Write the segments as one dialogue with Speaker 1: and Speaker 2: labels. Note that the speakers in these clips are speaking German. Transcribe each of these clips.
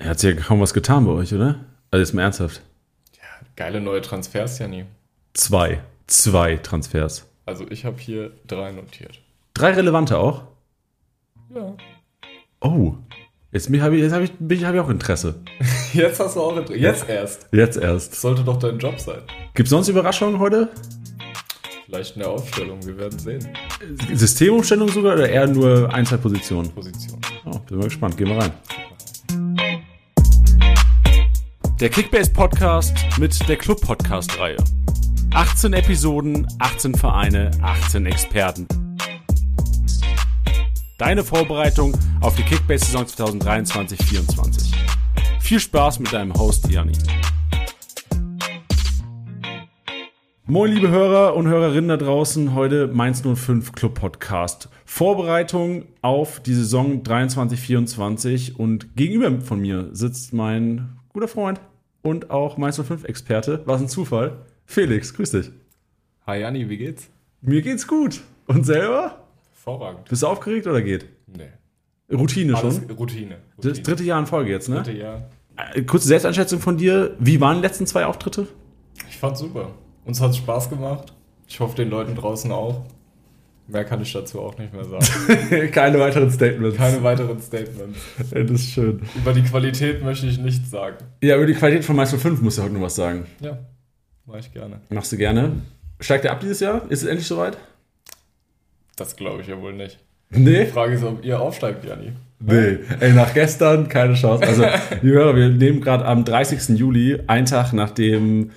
Speaker 1: Hat sich ja kaum was getan bei euch, oder? Also jetzt mal ernsthaft.
Speaker 2: Geile neue Transfers, Janni.
Speaker 1: Zwei. Zwei Transfers.
Speaker 2: Also ich habe hier drei notiert.
Speaker 1: Drei relevante auch?
Speaker 2: Ja.
Speaker 1: Oh. Jetzt habe ich, jetzt hab ich, bin ich- hab ich auch Interesse.
Speaker 2: Jetzt hast du auch Inter- Jetzt erst.
Speaker 1: Jetzt erst.
Speaker 2: Das sollte doch dein Job sein.
Speaker 1: Gibt es sonst Überraschungen heute?
Speaker 2: Vielleicht in der Aufstellung, wir werden sehen.
Speaker 1: Systemumstellung sogar oder eher nur ein, zwei Positionen?
Speaker 2: Position.
Speaker 1: Oh, bin mal gespannt. Gehen wir rein.
Speaker 3: Der Kickbase Podcast mit der Club Podcast Reihe. 18 Episoden, 18 Vereine, 18 Experten. Deine Vorbereitung auf die Kickbase Saison 2023-24. Viel Spaß mit deinem Host Jani.
Speaker 1: Moin, liebe Hörer und Hörerinnen da draußen. Heute Mainz 05 Club Podcast. Vorbereitung auf die Saison 23-24. Und gegenüber von mir sitzt mein guter Freund und auch Mainz 05-Experte. Was ein Zufall. Felix, grüß dich.
Speaker 2: Hi Janni, wie geht's?
Speaker 1: Mir geht's gut. Und selber?
Speaker 2: Hervorragend.
Speaker 1: Bist du aufgeregt oder geht?
Speaker 2: Nee.
Speaker 1: Routine
Speaker 2: Alles
Speaker 1: schon.
Speaker 2: Routine.
Speaker 1: Das dritte Jahr in Folge jetzt, ne?
Speaker 2: dritte Jahr.
Speaker 1: Äh, Kurze Selbsteinschätzung von dir. Wie waren die letzten zwei Auftritte?
Speaker 2: Ich fand's super. Uns hat's Spaß gemacht. Ich hoffe den Leuten draußen auch. Mehr kann ich dazu auch nicht mehr sagen.
Speaker 1: Keine weiteren Statements.
Speaker 2: Keine weiteren Statements.
Speaker 1: Das ist schön.
Speaker 2: Über die Qualität möchte ich nichts sagen.
Speaker 1: Ja, über die Qualität von Mainz 05 musst du heute nur was sagen.
Speaker 2: Ja, mache ich gerne.
Speaker 1: Machst du gerne. Steigt er ab dieses Jahr? Ist es endlich soweit?
Speaker 2: Das glaube ich ja wohl nicht.
Speaker 1: Nee.
Speaker 2: Die Frage ist, ob ihr aufsteigt, Jani.
Speaker 1: Nee. Ey, nach gestern keine Chance. Also, liebe Hörer, wir nehmen gerade am 30. Juli, einen Tag nachdem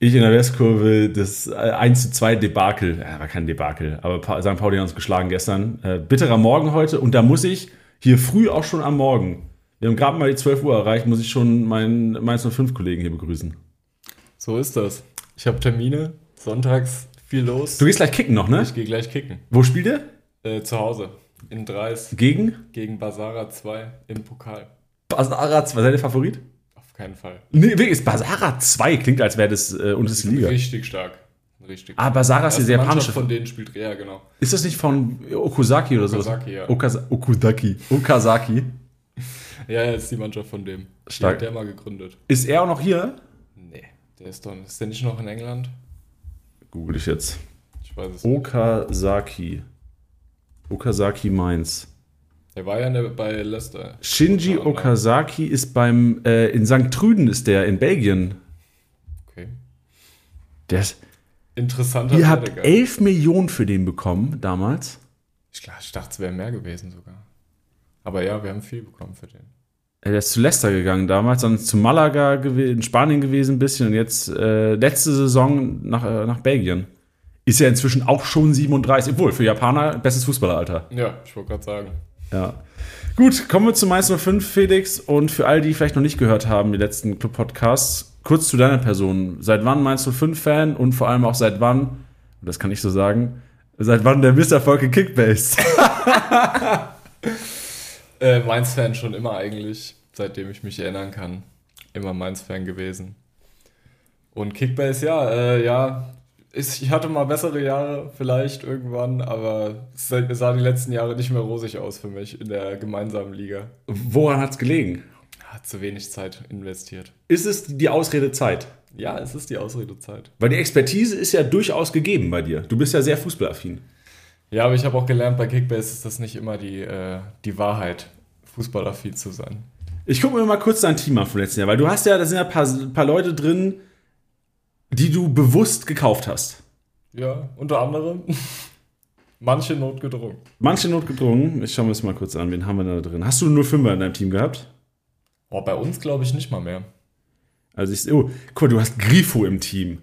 Speaker 1: ich in der Westkurve das 1 zu 2 Debakel, ja, war kein Debakel, aber Pa- St. Pauli hat uns geschlagen gestern. Äh, bitterer Morgen heute und da muss ich hier früh auch schon am Morgen, wir haben gerade mal die 12 Uhr erreicht, muss ich schon meinen Mainz 05 Kollegen hier begrüßen.
Speaker 2: So ist das. Ich habe Termine, sonntags viel los.
Speaker 1: Du gehst gleich kicken noch, ne?
Speaker 2: Ich gehe gleich kicken.
Speaker 1: Wo spielt ihr?
Speaker 2: Äh, zu Hause. In Dreis
Speaker 1: Gegen? Also
Speaker 2: gegen Basara 2 im Pokal.
Speaker 1: Basara 2, seid ihr Favorit?
Speaker 2: Auf keinen Fall.
Speaker 1: Nee, wirklich, ist Basara 2 klingt, als wäre das äh, unterste Liga.
Speaker 2: Richtig stark. Richtig
Speaker 1: Ah, Basara ist
Speaker 2: Erste
Speaker 1: diese japanische.
Speaker 2: Mannschaft von denen spielt Rea, genau.
Speaker 1: ist das nicht von Okazaki oder so?
Speaker 2: Okazaki, ja.
Speaker 1: Okaza Okudaki. Okazaki.
Speaker 2: Ja, ja, ist die Mannschaft von dem.
Speaker 1: Stark.
Speaker 2: Die hat der mal gegründet.
Speaker 1: Ist er auch noch hier?
Speaker 2: Nee. Der ist doch. Ist der nicht noch in England?
Speaker 1: Google ich jetzt.
Speaker 2: Ich weiß
Speaker 1: Oh.
Speaker 2: es nicht.
Speaker 1: Okazaki. Okazaki Mainz.
Speaker 2: Der war ja in der, bei Leicester.
Speaker 1: Shinji
Speaker 2: Ja, nein.
Speaker 1: Okazaki ist beim, äh, in St. Trüden ist der, in Belgien.
Speaker 2: Okay.
Speaker 1: Der ist,
Speaker 2: Interessanter
Speaker 1: ihr habt
Speaker 2: Werdegang.
Speaker 1: 11 Millionen für den bekommen damals.
Speaker 2: Ich, glaub, ich dachte, es wäre mehr gewesen sogar. Aber ja, wir haben viel bekommen für den.
Speaker 1: Er Äh, ist zu Leicester gegangen damals, dann zu Malaga gewe- in Spanien gewesen ein bisschen und jetzt äh, letzte Saison nach, äh, nach Belgien. Ist ja inzwischen auch schon 37, obwohl für Japaner bestes Fußballeralter.
Speaker 2: Ja, ich wollte gerade sagen.
Speaker 1: Ja. Gut, kommen wir zu Mainz 05, Felix. Und für all die vielleicht noch nicht gehört haben, die letzten Club-Podcasts, kurz zu deiner Person. Seit wann Mainz 05-Fan und vor allem auch seit wann, und das kann ich so sagen, seit wann der Misserfolg in Kickbase?
Speaker 2: Äh, Mainz-Fan schon immer eigentlich, seitdem ich mich erinnern kann. Immer Mainz-Fan gewesen. Und Kickbase, ja, äh, ja. Ist, ich hatte mal bessere Jahre vielleicht irgendwann, aber es sah sah die letzten Jahre nicht mehr rosig aus für mich in der gemeinsamen Liga.
Speaker 1: Woran hat es gelegen?
Speaker 2: Hat zu wenig Zeit investiert.
Speaker 1: Ist es die Ausrede Zeit?
Speaker 2: Ja, es ist die Ausredezeit.
Speaker 1: Weil die Expertise ist ja durchaus gegeben bei dir. Du bist ja sehr fußballaffin.
Speaker 2: Ja, aber ich habe auch gelernt, bei Kickbase ist das nicht immer die, äh, die Wahrheit, fußballaffin zu sein.
Speaker 1: Ich gucke mir mal kurz dein Team an vom letzten Jahr, weil du hast ja, da sind ja ein paar, ein paar Leute drin, die du bewusst gekauft hast.
Speaker 2: Ja, unter anderem manche notgedrungen.
Speaker 1: Manche notgedrungen. Ich schaue mir das mal kurz an. Wen haben wir da drin? Hast du nur Fünfer in deinem Team gehabt?
Speaker 2: Oh, bei uns glaube ich nicht mal mehr.
Speaker 1: Also ich, oh, guck mal, du hast Grifo im Team.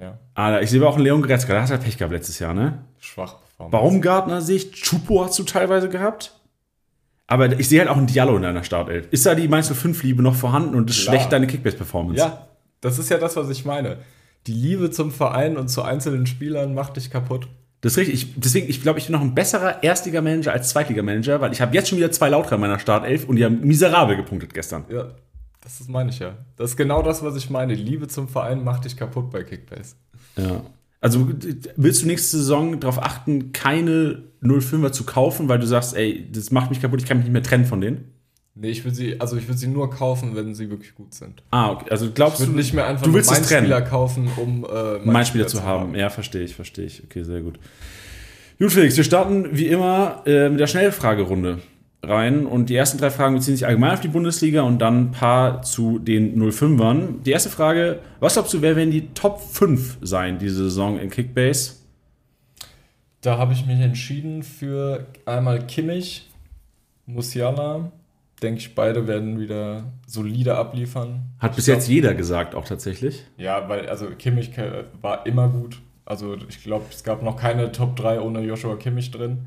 Speaker 2: Ja,
Speaker 1: Ah, ich sehe aber auch einen Leon Goretzka. Da hast du ja Pech gehabt letztes Jahr, ne?
Speaker 2: schwach performt.
Speaker 1: Baumgartner sehe ich. Chupo hast du teilweise gehabt. Aber ich sehe halt auch einen Diallo in deiner Startelf. Ist da die Mainz 05-Liebe noch vorhanden und das
Speaker 2: Klar.
Speaker 1: schwächt deine Kickbase-Performance?
Speaker 2: Ja, das ist ja das, was ich meine. Die Liebe zum Verein und zu einzelnen Spielern macht dich kaputt.
Speaker 1: Das ist richtig. Ich, deswegen, ich glaube, ich bin noch ein besserer Erstligamanager als Zweitligamanager, weil ich habe jetzt schon wieder zwei Lauter in meiner Startelf und die haben miserabel gepunktet gestern.
Speaker 2: Ja, das ist, meine ich ja. Das ist genau das, was ich meine. Die Liebe zum Verein macht dich kaputt bei Kickbase.
Speaker 1: Ja. Also willst du nächste Saison darauf achten, keine 05er zu kaufen, weil du sagst, ey, das macht mich kaputt, ich kann mich nicht mehr trennen von denen?
Speaker 2: Nee, ich würde sie, also ich würde sie nur kaufen, wenn sie wirklich gut sind.
Speaker 1: Ah, okay. Also
Speaker 2: Ich
Speaker 1: glaubst du
Speaker 2: würde nicht mehr einfach
Speaker 1: du willst
Speaker 2: nur
Speaker 1: es trennen.
Speaker 2: Spieler kaufen, um äh,
Speaker 1: meinen Spieler zu haben. Ja, verstehe ich, verstehe ich. Okay, sehr gut. Gut, Felix, wir starten wie immer äh, mit der Schnellfragerunde rein. Und die ersten drei Fragen beziehen sich allgemein auf die Bundesliga und dann ein paar zu den 05ern. Die erste Frage: Was glaubst du, wer werden die Top 5 sein diese Saison in Kickbase?
Speaker 2: Da habe ich mich entschieden für einmal Kimmich, Musiala. Denke ich, beide werden wieder solide abliefern.
Speaker 1: Hat bis jetzt jeder gesagt, auch tatsächlich.
Speaker 2: Ja, weil, also Kimmich äh, war immer gut. Also ich glaube, es gab noch keine Top 3 ohne Joshua Kimmich drin.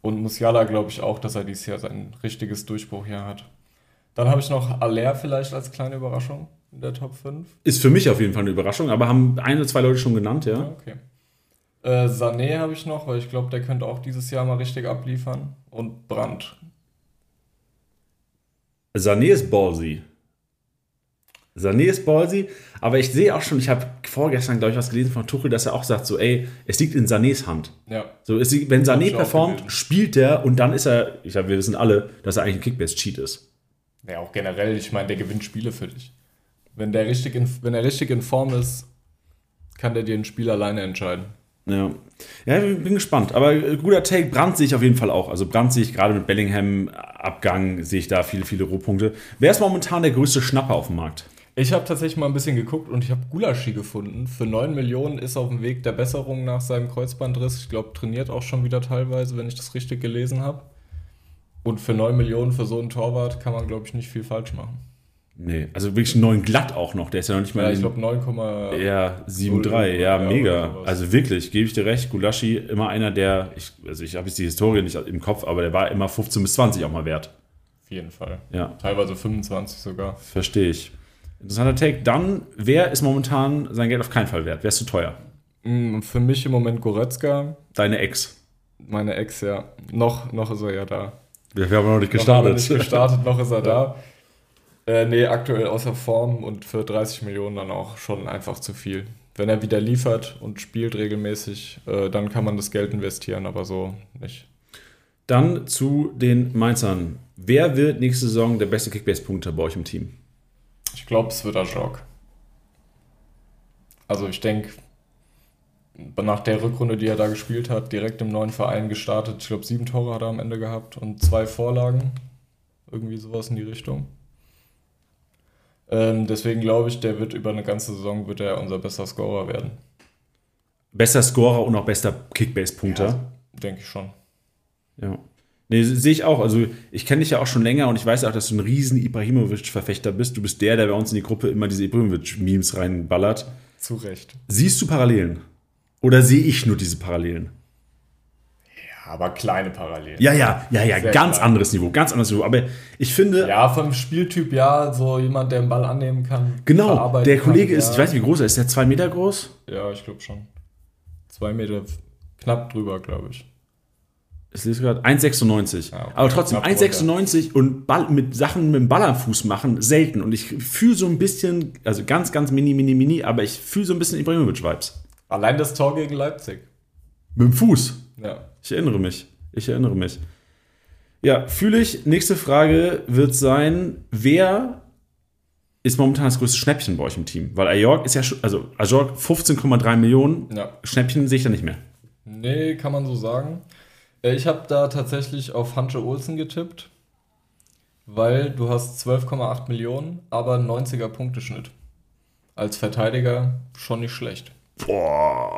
Speaker 2: Und Musiala glaube ich auch, dass er dieses Jahr sein richtiges Durchbruchjahr hat. Dann habe ich noch Aller vielleicht als kleine Überraschung in der Top 5.
Speaker 1: Ist für mich auf jeden Fall eine Überraschung, aber haben ein oder zwei Leute schon genannt, ja.
Speaker 2: Okay. Äh, Sané habe ich noch, weil ich glaube, der könnte auch dieses Jahr mal richtig abliefern. Und Brandt.
Speaker 1: Sané ist ballsy. Sané ist ballsy, aber ich sehe auch schon, ich habe vorgestern, glaube ich, was gelesen von Tuchel, dass er auch sagt, so, ey, es liegt in Sanés Hand.
Speaker 2: Ja.
Speaker 1: So, es liegt, wenn
Speaker 2: ich
Speaker 1: Sané
Speaker 2: auch
Speaker 1: performt,
Speaker 2: gelesen.
Speaker 1: spielt er und dann ist er, ich glaube, wir wissen alle, dass er eigentlich ein Kickbase-Cheat ist.
Speaker 2: Ja, auch generell, ich meine, der gewinnt Spiele für dich. Wenn der richtig in, wenn er richtig in Form ist, kann der dir ein Spiel alleine entscheiden.
Speaker 1: Ja. ja, ich bin gespannt. Aber äh, guter Take. Brandt sehe ich auf jeden Fall auch. Also Brandt sehe ich gerade mit Bellingham-Abgang, sehe ich da viele, viele Rohpunkte. Wer ist momentan der größte Schnapper auf dem Markt?
Speaker 2: Ich habe tatsächlich mal ein bisschen geguckt und ich habe Gulaschi gefunden. Für 9 Millionen ist er auf dem Weg der Besserung nach seinem Kreuzbandriss. Ich glaube, trainiert auch schon wieder teilweise, wenn ich das richtig gelesen habe. Und für 9 Millionen für so einen Torwart kann man, glaube ich, nicht viel falsch machen.
Speaker 1: Nee, also wirklich einen neuen Glatt auch noch. Der ist ja noch nicht mal
Speaker 2: Ja,
Speaker 1: in-
Speaker 2: ich glaube 9,
Speaker 1: Ja, 7-3, ja,
Speaker 2: Ja, oder
Speaker 1: mega.
Speaker 2: sowas.
Speaker 1: Also wirklich, gebe ich dir recht, Gulaschi immer einer der, ich, also ich habe jetzt die Historie nicht im Kopf, aber der war immer 15 bis 20 auch mal wert.
Speaker 2: auf jeden Fall.
Speaker 1: Ja,
Speaker 2: Teilweise 25 sogar.
Speaker 1: verstehe ich. Interessanter Take. Dann, wer ist momentan sein Geld auf keinen Fall wert? Wer ist zu teuer?
Speaker 2: Mm, Für mich im Moment Goretzka,
Speaker 1: Deine Ex.
Speaker 2: meine Ex, ja. Noch, noch ist er ja da.
Speaker 1: Wir wir haben noch nicht
Speaker 2: Noch ist er nicht gestartet, noch ist er da. Äh, nee, aktuell außer Form und für 30 Millionen dann auch schon einfach zu viel. Wenn er wieder liefert und spielt regelmäßig, äh, dann kann man das Geld investieren, aber so nicht.
Speaker 1: Dann zu den Mainzern. Wer wird nächste Saison der beste Kickbase-Punkter bei euch im Team?
Speaker 2: Ich glaube, es wird Ajok. Also ich denke, nach der Rückrunde, die er da gespielt hat, direkt im neuen Verein gestartet. Ich glaube, sieben Tore hat er am Ende gehabt und zwei Vorlagen. Irgendwie sowas in die Richtung. Ähm, deswegen glaube ich, der wird über eine ganze Saison wird er unser bester Scorer werden.
Speaker 1: Bester Scorer und auch bester Kickbase-Punkter.
Speaker 2: Denke ich schon.
Speaker 1: Ja. Nee, se- sehe ich auch. Also, ich kenne dich ja auch schon länger und ich weiß auch, dass du ein riesen Ibrahimovic-Verfechter bist. Du bist der, der bei uns in die Gruppe immer diese Ibrahimovic-Memes reinballert.
Speaker 2: Zu Recht.
Speaker 1: Siehst du Parallelen? Oder sehe ich nur diese Parallelen?
Speaker 2: Ja, aber kleine Parallelen.
Speaker 1: Ja, ja, ja, ja,
Speaker 2: Sehr
Speaker 1: ganz
Speaker 2: klar.
Speaker 1: anderes Niveau, ganz anderes Niveau. Aber ich finde,
Speaker 2: Ja, vom Spieltyp ja, so jemand, der den Ball annehmen kann.
Speaker 1: genau,
Speaker 2: verarbeiten
Speaker 1: der
Speaker 2: kann,
Speaker 1: Kollege ist,
Speaker 2: ja.
Speaker 1: ich weiß nicht, wie groß er ist, ist der zwei Meter groß?
Speaker 2: Ja, ich glaube schon. Zwei Meter f- knapp drüber, glaube ich.
Speaker 1: Ich lese gerade 1,96.
Speaker 2: Ah, okay.
Speaker 1: Aber trotzdem
Speaker 2: Knapp
Speaker 1: 1,96 und Ball, mit Sachen mit dem Ball am Fuß machen, selten. Und ich fühle so ein bisschen, also ganz, ganz mini, mini, mini, aber ich fühle so ein bisschen Ibrahimovic-Vibes.
Speaker 2: Allein das Tor gegen Leipzig.
Speaker 1: Mit dem Fuß.
Speaker 2: Ja.
Speaker 1: Ich erinnere mich. Ich erinnere mich. Ja, fühle ich. Nächste Frage wird sein, wer ist momentan das größte Schnäppchen bei euch im Team? Weil Ajork ist ja schon, also Ajork 15,3 Millionen.
Speaker 2: ja.
Speaker 1: Schnäppchen sehe ich da nicht mehr.
Speaker 2: Nee, kann man so sagen. Äh, Ich habe da tatsächlich auf Hansche Olsen getippt, weil du hast 12,8 Millionen, aber 90er Punkteschnitt. Als Verteidiger schon nicht schlecht.
Speaker 1: Boah.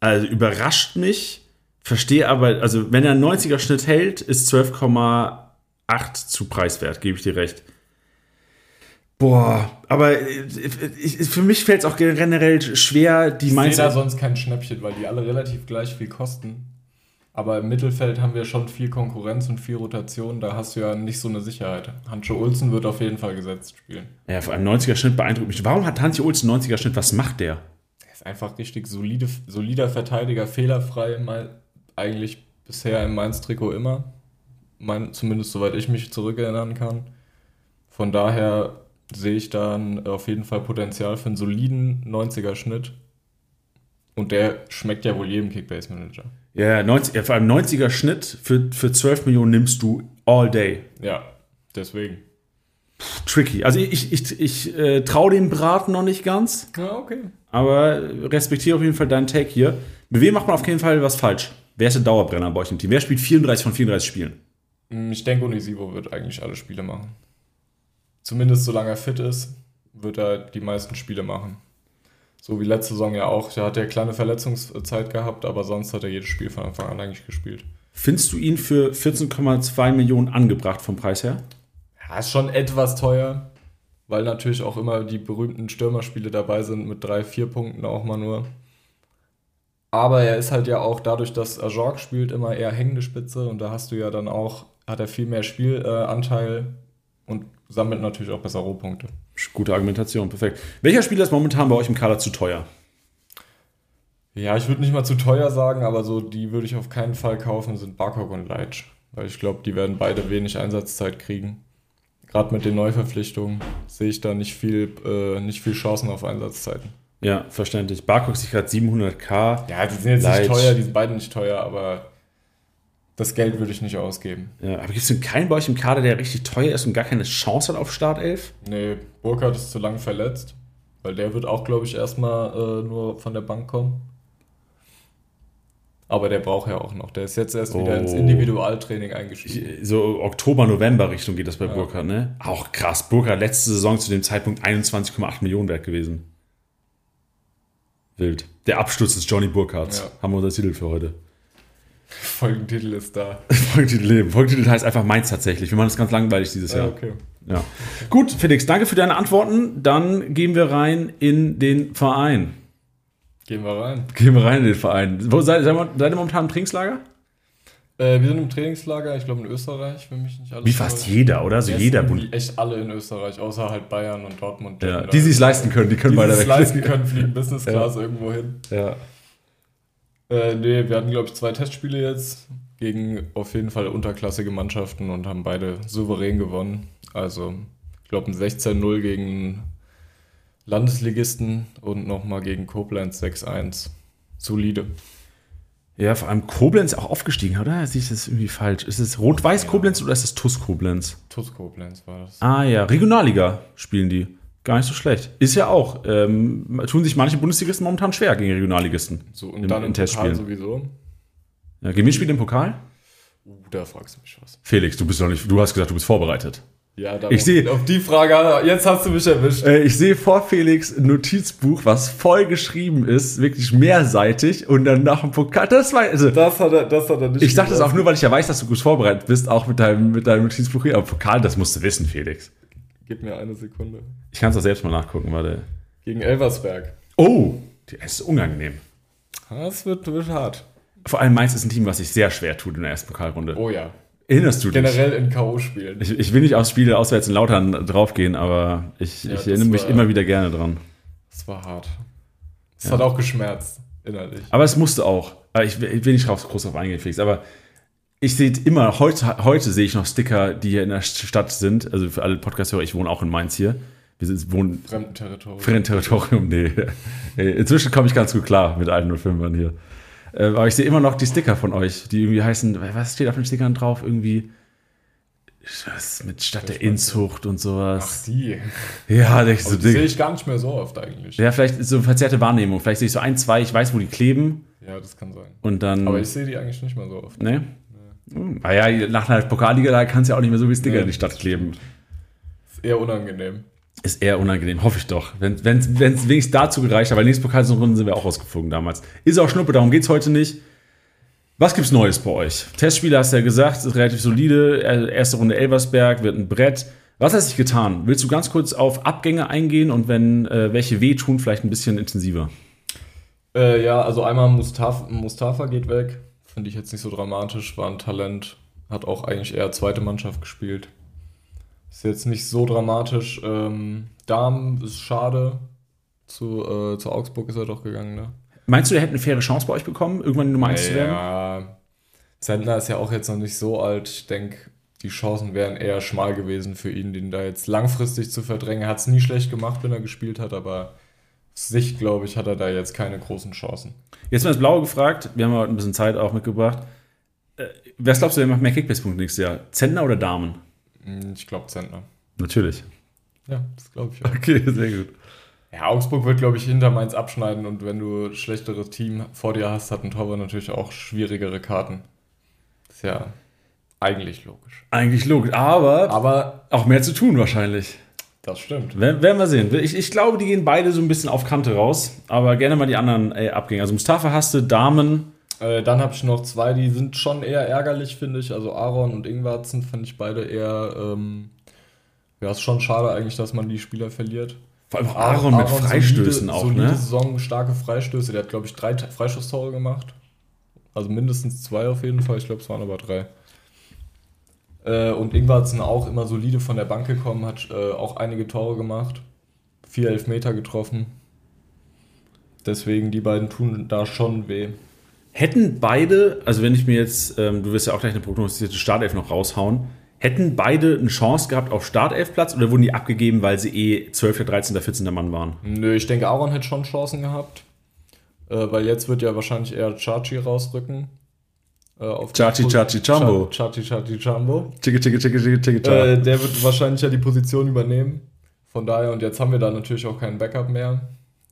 Speaker 1: Also überrascht mich. Verstehe aber, also wenn er einen 90er Schnitt hält, ist 12,8 zu preiswert, gebe ich dir recht. Boah, aber äh, ich, ich- für mich fällt es auch generell schwer, die
Speaker 2: Ich sehe
Speaker 1: Mainzer.
Speaker 2: da sonst kein Schnäppchen, weil die alle relativ gleich viel kosten. Aber im Mittelfeld haben wir schon viel Konkurrenz und viel Rotation. Da hast du ja nicht so eine Sicherheit. Hansche Olsen wird auf jeden Fall gesetzt spielen.
Speaker 1: Ja, vor allem 90er-Schnitt beeindruckt mich. Warum hat Hansi Olsen 90er-Schnitt? Was macht der?
Speaker 2: Er ist einfach richtig solide, solider Verteidiger, fehlerfrei, mal eigentlich bisher im Mainz-Trikot immer. Mein, zumindest soweit ich mich zurückerinnern kann. Von daher sehe ich dann auf jeden Fall Potenzial für einen soliden 90er-Schnitt. Und der schmeckt ja wohl jedem Kickbase-Manager.
Speaker 1: Ja, 90, ja, vor allem 90er-Schnitt für, für 12 Millionen nimmst du all day.
Speaker 2: Ja, Deswegen.
Speaker 1: Tricky. Also ich, ich, ich äh, traue dem Braten noch nicht ganz,
Speaker 2: Ja, okay.
Speaker 1: aber respektiere auf jeden Fall deinen Take hier. Mit wem macht man auf jeden Fall was falsch? Wer ist der Dauerbrenner bei euch im Team? Wer spielt 34 von 34 Spielen?
Speaker 2: Hm, Ich denke, Unisivo wird eigentlich alle Spiele machen. Zumindest solange er fit ist, wird er die meisten Spiele machen. So wie letzte Saison ja auch. Da hat er kleine Verletzungszeit gehabt, aber sonst hat er jedes Spiel von Anfang an eigentlich gespielt.
Speaker 1: Findest du ihn für 14,2 Millionen angebracht vom Preis her?
Speaker 2: Ja, ist schon etwas teuer, weil natürlich auch immer die berühmten Stürmerspiele dabei sind mit drei, vier Punkten auch mal nur. Aber er ist halt ja auch dadurch, dass Ajorg spielt, immer eher hängende Spitze und da hast du ja dann auch, hat er viel mehr Spielanteil und sammelt natürlich auch besser Rohpunkte.
Speaker 1: Gute Argumentation, perfekt. Welcher Spieler ist momentan bei euch im Kader zu teuer?
Speaker 2: Ja, ich würde nicht mal zu teuer sagen, aber so die würde ich auf keinen Fall kaufen, sind Barkok und Leitsch. Weil ich glaube, die werden beide wenig Einsatzzeit kriegen. Gerade mit den Neuverpflichtungen sehe ich da nicht viel, äh, nicht viel Chancen auf Einsatzzeiten.
Speaker 1: Ja, verständlich. Barcock sich gerade 700k.
Speaker 2: Ja, die sind jetzt
Speaker 1: Leitsch.
Speaker 2: nicht teuer, die sind beide nicht teuer, aber das Geld würde ich nicht ausgeben.
Speaker 1: Ja, aber gibt es denn keinen bei euch im Kader, der richtig teuer ist und gar keine Chance hat auf Startelf?
Speaker 2: Nee, Burkhardt ist zu lang verletzt, weil der wird auch, glaube ich, erstmal äh, nur von der Bank kommen. Aber der braucht ja auch noch. Der ist jetzt erst wieder ins
Speaker 1: Oh.
Speaker 2: Individualtraining eingestiegen.
Speaker 1: So Oktober, November Richtung geht das bei Burkhardt, ne? Auch krass. Burkhardt letzte Saison zu dem Zeitpunkt 21,8 Millionen wert gewesen. Wild. Der Absturz des Johnny Burkhardts.
Speaker 2: Ja.
Speaker 1: Haben wir unser Titel für heute.
Speaker 2: Folgentitel ist da.
Speaker 1: Folgetitel Leben. Folgetitel heißt einfach meins tatsächlich. Wir machen das ganz langweilig dieses
Speaker 2: Ah,
Speaker 1: Jahr.
Speaker 2: okay.
Speaker 1: Ja. Gut, Felix, danke für deine Antworten. Dann gehen wir rein in den Verein.
Speaker 2: Gehen wir rein.
Speaker 1: Gehen wir rein in den Verein. Wo, seid, seid, ihr- seid ihr momentan im Trainingslager?
Speaker 2: Äh, wir sind im Trainingslager, ich glaube in Österreich, wenn mich nicht alles
Speaker 1: Wie fast
Speaker 2: täuscht.
Speaker 1: jeder, oder? So
Speaker 2: Ja, es
Speaker 1: jeder
Speaker 2: sind
Speaker 1: Bund.
Speaker 2: die Echt alle in Österreich, außer halt Bayern und Dortmund.
Speaker 1: Ja, die sich leisten können, die können
Speaker 2: die
Speaker 1: weiter
Speaker 2: sich's
Speaker 1: weg.
Speaker 2: leisten können, fliegen Business Class irgendwo hin.
Speaker 1: Ja.
Speaker 2: Äh, nee, wir hatten, glaube ich, zwei Testspiele jetzt gegen auf jeden Fall unterklassige Mannschaften und haben beide souverän gewonnen. Also, ich glaube, ein 16-0 gegen Landesligisten und nochmal gegen Koblenz 6-1. Solide.
Speaker 1: ja, vor allem Koblenz auch aufgestiegen, oder? Sehe ich das irgendwie falsch? Ist es Rot-Weiß Koblenz oder ist es TUS Koblenz?
Speaker 2: TuS Koblenz war das.
Speaker 1: Ah ja, Regionalliga spielen die. Gar nicht so schlecht. Ist ja auch. Ähm, tun sich manche Bundesligisten momentan schwer gegen Regionalligisten.
Speaker 2: So,
Speaker 1: Im-
Speaker 2: und dann
Speaker 1: im
Speaker 2: im Pokal
Speaker 1: Testspielen.
Speaker 2: sowieso.
Speaker 1: Ja, gegen wen spielt im Pokal?
Speaker 2: Uh, da fragst du mich was.
Speaker 1: Felix, du bist doch nicht. Du hast gesagt, du bist vorbereitet.
Speaker 2: Ja, da
Speaker 1: Ich seh-
Speaker 2: auf die Frage, jetzt hast du mich erwischt.
Speaker 1: Äh, Ich sehe vor Felix ein Notizbuch, was voll geschrieben ist, wirklich mehrseitig und dann nach dem Pokal. Das war. Also,
Speaker 2: Das hat er, das hat er nicht
Speaker 1: ich sage das auch nur, weil ich ja weiß, dass du gut vorbereitet bist, auch mit deinem, mit deinem Notizbuch hier. Aber Pokal, das musst du wissen, Felix.
Speaker 2: Gib mir eine Sekunde.
Speaker 1: Ich kann es auch selbst mal nachgucken, warte.
Speaker 2: Gegen Elversberg.
Speaker 1: Oh, das ist unangenehm.
Speaker 2: Das wird, wird hart.
Speaker 1: Vor allem Mainz ist ein Team, was sich sehr schwer tut in der ersten Pokalrunde.
Speaker 2: Oh ja.
Speaker 1: Erinnerst du dich?
Speaker 2: Generell in K.O. spielen.
Speaker 1: Ich, ich will nicht aufs Spiel auswärts in Lautern draufgehen, aber ich, ich
Speaker 2: das
Speaker 1: erinnere mich
Speaker 2: war-
Speaker 1: immer wieder gerne dran.
Speaker 2: Das war hart. Das hat auch geschmerzt, innerlich.
Speaker 1: Aber es musste auch. Aber Ich will ich will nicht drauf, groß drauf eingehen, Felix. Aber ich sehe immer, heute, heute sehe ich noch Sticker, die hier in der Stadt sind. Also für alle Podcast-Hörer, ich wohne auch in Mainz hier. Wir sind, wohnen
Speaker 2: Fremdenterritorium.
Speaker 1: Fremdterritorium, nee. Ey, Inzwischen komme ich ganz gut klar mit 105ern hier. Äh, Aber ich sehe immer noch die Sticker von euch, die irgendwie heißen, was steht auf den Stickern drauf? Irgendwie was mit Stadt der Inzucht und
Speaker 2: Ach,
Speaker 1: sowas.
Speaker 2: die.
Speaker 1: Ja, denkst du,
Speaker 2: Das sehe
Speaker 1: Ding.
Speaker 2: ich gar nicht mehr so oft eigentlich.
Speaker 1: Ja, vielleicht ist so eine verzerrte Wahrnehmung. Vielleicht sehe ich so ein, zwei, ich weiß, wo die kleben
Speaker 2: Ja, das kann sein.
Speaker 1: und dann.
Speaker 2: Aber ich sehe die eigentlich nicht mehr so oft.
Speaker 1: Ne? Hm, Ah ja, nach einer Pokalliga, da kannst du ja auch nicht mehr so viel Sticker
Speaker 2: Nee,
Speaker 1: in die Stadt kleben.
Speaker 2: Ist eher unangenehm.
Speaker 1: Ist eher unangenehm, hoffe ich doch. Wenn es wenigstens dazu gereicht hat, weil nächste Pokalsaison sind wir auch rausgeflogen damals. Ist auch Schnuppe, darum geht's heute nicht. Was gibt's Neues bei euch? Testspiele hast du ja gesagt, ist relativ solide. Äh, Erste Runde Elversberg, wird ein Brett. Was hast du dich getan? Willst du ganz kurz auf Abgänge eingehen und wenn äh, welche wehtun, vielleicht ein bisschen intensiver?
Speaker 2: Äh, ja, also einmal Mustafa, Mustafa geht weg. Finde ich jetzt nicht so dramatisch. War ein Talent. Hat auch eigentlich eher zweite Mannschaft gespielt. Ist jetzt nicht so dramatisch. Ähm, Darm ist schade. Zu, äh, zu Augsburg ist er doch gegangen, ne?
Speaker 1: Meinst du, der hätte eine faire Chance bei euch bekommen, irgendwann Nummer 1 zu werden?
Speaker 2: Ja, Zentner ist ja auch jetzt noch nicht so alt. Ich denke, die Chancen wären eher schmal gewesen für ihn, den da jetzt langfristig zu verdrängen. Hat es nie schlecht gemacht, wenn er gespielt hat, aber aus Sicht, glaube ich, hat er da jetzt keine großen Chancen.
Speaker 1: Jetzt mal das Blaue gefragt. Wir haben heute ein bisschen Zeit auch mitgebracht. Äh, was glaubst du, wer macht mehr Kickbase-Punkte nächstes Jahr? Zentner oder Damen?
Speaker 2: Hm, Ich glaube Zentner.
Speaker 1: Natürlich.
Speaker 2: Ja, das glaube ich auch.
Speaker 1: Okay, sehr gut.
Speaker 2: Ja, Augsburg wird, glaube ich, hinter Mainz abschneiden und wenn du schlechteres Team vor dir hast, hat ein Torwart natürlich auch schwierigere Karten. Ist ja eigentlich logisch.
Speaker 1: Eigentlich logisch, aber,
Speaker 2: Aber
Speaker 1: auch mehr zu tun wahrscheinlich.
Speaker 2: das stimmt.
Speaker 1: Wer- Werden wir sehen. Ich, ich glaube, die gehen beide so ein bisschen auf Kante raus, aber gerne mal die anderen äh, abgehen. Also Mustafa hasste, Damen.
Speaker 2: Äh, dann habe ich noch zwei, die sind schon eher ärgerlich, finde ich. Also Aaron und Ingwarzen fand ich beide eher. Ähm, ja, ist schon schade eigentlich, dass man die Spieler verliert.
Speaker 1: Vor allem auch Aaron, mit Freistößen
Speaker 2: solide,
Speaker 1: auch,
Speaker 2: solide
Speaker 1: ne?
Speaker 2: Saison, starke Freistöße. Der hat, glaube ich, drei T- Freistoßtore gemacht. Also mindestens zwei auf jeden Fall. Ich glaube, es waren aber drei. Äh, und Ingwarzen auch immer solide von der Bank gekommen, hat äh, auch einige Tore gemacht. Vier Elfmeter getroffen. Deswegen, die beiden tun da schon weh.
Speaker 1: Hätten beide, also wenn ich mir jetzt, ähm, du wirst ja auch gleich eine prognostizierte Startelf noch raushauen, hätten beide eine Chance gehabt auf Startelfplatz oder wurden die abgegeben, weil sie eh 12., 13., 14. Mann waren?
Speaker 2: Nö, ich denke, Aaron hätte schon Chancen gehabt. Äh, weil jetzt wird ja wahrscheinlich eher Chachi rausrücken. Äh, auf die
Speaker 1: Chachi,
Speaker 2: Pos-
Speaker 1: Chachi, Chambo.
Speaker 2: Cha- Chachi, Chachi, Chambo.
Speaker 1: Ticke, ticke, ticke, ticke, ticke,
Speaker 2: Äh, der wird wahrscheinlich ja die Position übernehmen. Von daher, und jetzt haben wir da natürlich auch keinen Backup mehr.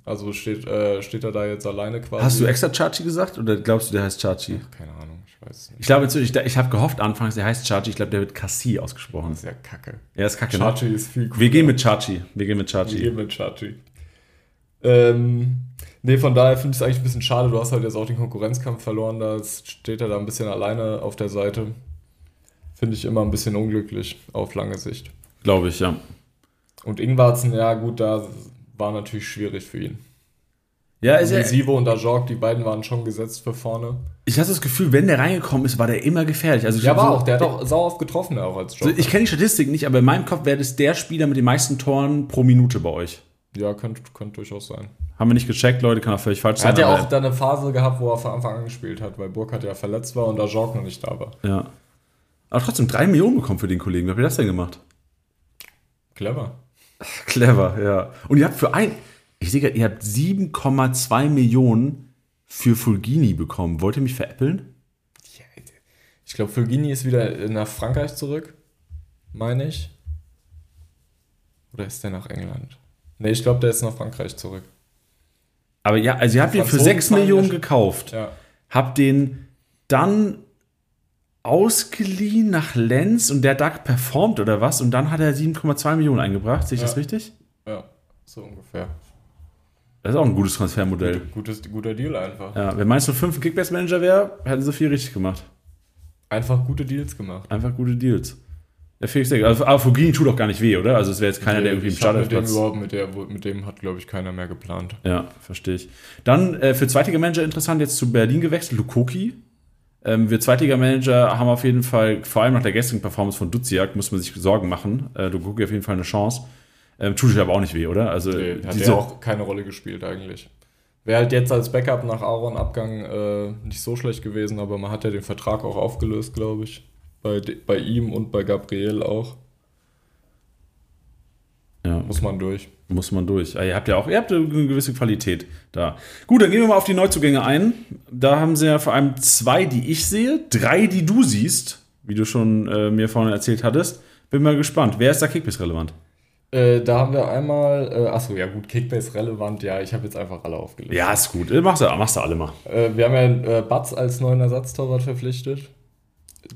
Speaker 2: Also steht, äh, steht er da jetzt alleine quasi.
Speaker 1: Hast du extra Chachi gesagt oder glaubst du, der heißt Chachi?
Speaker 2: Keine Ahnung, ich weiß es nicht.
Speaker 1: Ich glaube, jetzt- ich, ich habe gehofft anfangs, der heißt Chachi. Ich glaube, der wird Cassie ausgesprochen.
Speaker 2: Das ist ja kacke.
Speaker 1: Er ist kacke. ne?
Speaker 2: Chachi ist viel cooler.
Speaker 1: Wir gehen mit Chachi. Wir gehen mit
Speaker 2: Wir
Speaker 1: Chachi.
Speaker 2: gehen mit Chachi. Ähm, nee, von daher finde ich es eigentlich ein bisschen schade. Du hast halt jetzt auch den Konkurrenzkampf verloren. Da jetzt steht er da ein bisschen alleine auf der Seite. Finde ich immer ein bisschen unglücklich auf lange Sicht.
Speaker 1: Glaube ich, ja.
Speaker 2: Und Ingwarzen, ja gut, da war natürlich schwierig für ihn.
Speaker 1: Ja, ist
Speaker 2: Also
Speaker 1: ja,
Speaker 2: Sivo und Ajork, die beiden waren schon gesetzt für vorne.
Speaker 1: ich hatte das Gefühl, wenn der reingekommen ist, war der immer gefährlich. Also ich
Speaker 2: Ja,
Speaker 1: glaub,
Speaker 2: war
Speaker 1: so-
Speaker 2: auch. Der hat auch sau oft getroffen, auch als
Speaker 1: So,
Speaker 2: Joker.
Speaker 1: ich kenne die Statistik nicht, aber in meinem Kopf wäre das der Spieler mit den meisten Toren pro Minute bei euch.
Speaker 2: ja, könnte könnt durchaus sein.
Speaker 1: Haben wir nicht gecheckt, Leute, kann auch völlig falsch
Speaker 2: Er
Speaker 1: sein.
Speaker 2: hat ja
Speaker 1: aber-
Speaker 2: auch dann eine Phase gehabt, wo er von Anfang an gespielt hat, weil Burkhardt ja verletzt war und Ajork noch nicht da war.
Speaker 1: Ja. Aber trotzdem drei Millionen bekommen für den Kollegen. Wie habt ihr das denn gemacht?
Speaker 2: Clever.
Speaker 1: Clever, ja. Und ihr habt für ein. Ich sehe gerade, ihr habt 7,2 Millionen für Fulgini bekommen. Wollt ihr mich veräppeln?
Speaker 2: Ich glaube, Fulgini ist wieder nach Frankreich zurück, meine ich. Oder ist der nach England? Nee, ich glaube, der ist nach Frankreich zurück.
Speaker 1: Aber ja, also ihr habt ihn für
Speaker 2: Franzosen
Speaker 1: 6
Speaker 2: fahren
Speaker 1: Millionen
Speaker 2: ja-
Speaker 1: gekauft.
Speaker 2: Ja.
Speaker 1: Hab den dann ausgeliehen nach Lenz und der Duck performt oder was und dann hat er 7,2 Millionen eingebracht. Sehe ich
Speaker 2: Ja.
Speaker 1: das richtig?
Speaker 2: Ja, so ungefähr.
Speaker 1: Das ist auch ein gutes Transfermodell.
Speaker 2: Gutes, guter Deal einfach.
Speaker 1: Ja, wenn Mainz 05 ein Kickbase-Manager wäre, hätten sie viel richtig gemacht.
Speaker 2: Einfach gute Deals gemacht.
Speaker 1: Einfach gute Deals. Der Felix Deck. Also, aber Fugini tut auch gar nicht weh, oder? Also es wäre jetzt keiner, der irgendwie im
Speaker 2: Ich hab Äh, mit dem
Speaker 1: Startelfplatz...
Speaker 2: überhaupt, mit, der, mit dem hat, glaube ich, keiner mehr geplant.
Speaker 1: Ja, verstehe ich. Dann äh, für Zweitliga-Manager interessant, jetzt zu Berlin gewechselt, Lukoki. Ähm, wir Zweitliga-Manager haben auf jeden Fall, vor allem nach der gestrigen Performance von Duziak, muss man sich Sorgen machen. Äh, Lukoki auf jeden Fall eine Chance. Ähm, tut sich aber auch nicht weh, oder? Also
Speaker 2: Nee, hat
Speaker 1: diese,
Speaker 2: ja auch keine Rolle gespielt eigentlich. Wäre halt jetzt als Backup nach Aaron-Abgang äh, nicht so schlecht gewesen, aber man hat ja den Vertrag auch aufgelöst, glaube ich. Bei, de- bei ihm und bei Gabriel auch.
Speaker 1: Ja.
Speaker 2: Muss man durch.
Speaker 1: Muss man durch. Ah, Ihr habt ja auch, ihr habt eine gewisse Qualität da. Gut, dann gehen wir mal auf die Neuzugänge ein. Da haben sie ja vor allem zwei, die ich sehe, drei, die du siehst, wie du schon äh, mir vorhin erzählt hattest. Bin mal gespannt. Wer ist da Kickbiss relevant?
Speaker 2: Äh, da haben wir einmal, äh, achso, ja gut, Kickbase relevant, ja, ich habe jetzt einfach alle aufgelöst.
Speaker 1: Ja, ist gut. Äh, Machst du, machst du alle mal.
Speaker 2: Äh, wir haben ja äh, Batz als neuen Ersatztorwart verpflichtet.